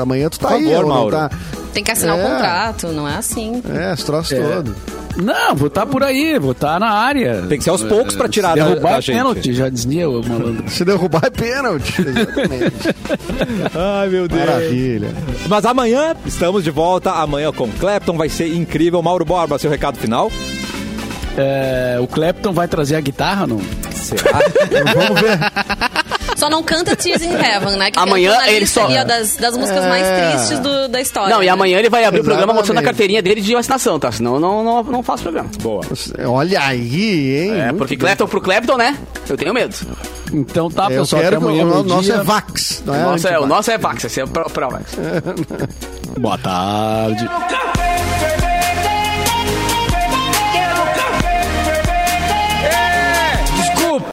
S6: Amanhã tu tá
S1: Por
S6: aí,
S1: favor,
S6: ou não
S1: Mauro.
S6: tá?
S4: Tem que assinar o
S6: É.
S4: contrato, não é assim.
S6: É, os troços todos.
S5: Não, vou estar por aí, vou estar na área.
S1: Tem que ser aos poucos pra tirar
S5: Se
S1: da-
S5: derrubar
S1: da
S5: é
S1: gente.
S5: pênalti, já dizia o malandro.
S6: Se derrubar é pênalti. Exatamente.
S1: Ai, meu Deus.
S6: Maravilha.
S1: Mas amanhã estamos de volta. Amanhã com Clapton vai ser incrível. Mauro Borba, seu recado final.
S5: É, o Clapton vai trazer a guitarra, não?
S1: (laughs) Será?
S4: Só não canta Tears in Heaven, né? Que
S2: Amanhã
S4: canta na
S2: ele
S4: lista
S2: só-
S4: ali, ó, das, das músicas mais
S6: É.
S4: tristes do- da história.
S2: Não, e
S4: né?
S2: amanhã ele vai abrir o programa mostrando a
S6: Exatamente.
S2: carteirinha dele de vacinação, tá? Senão eu não, não, não faço programa.
S1: Boa.
S6: Olha aí, hein?
S2: É,
S6: Muito
S2: porque
S6: bem.
S2: Clapton pro Clapton, né? Eu tenho medo.
S5: Então tá,
S6: É, Eu
S5: pessoal, até
S6: quero que
S5: amanhã.
S6: o
S5: bom
S6: nosso
S5: dia.
S6: é Vax, não é?
S2: o, nosso é, o
S6: antivax.
S2: nosso é Vax, esse é o pro, pro Vax.
S5: Boa tarde.
S10: Quero cantar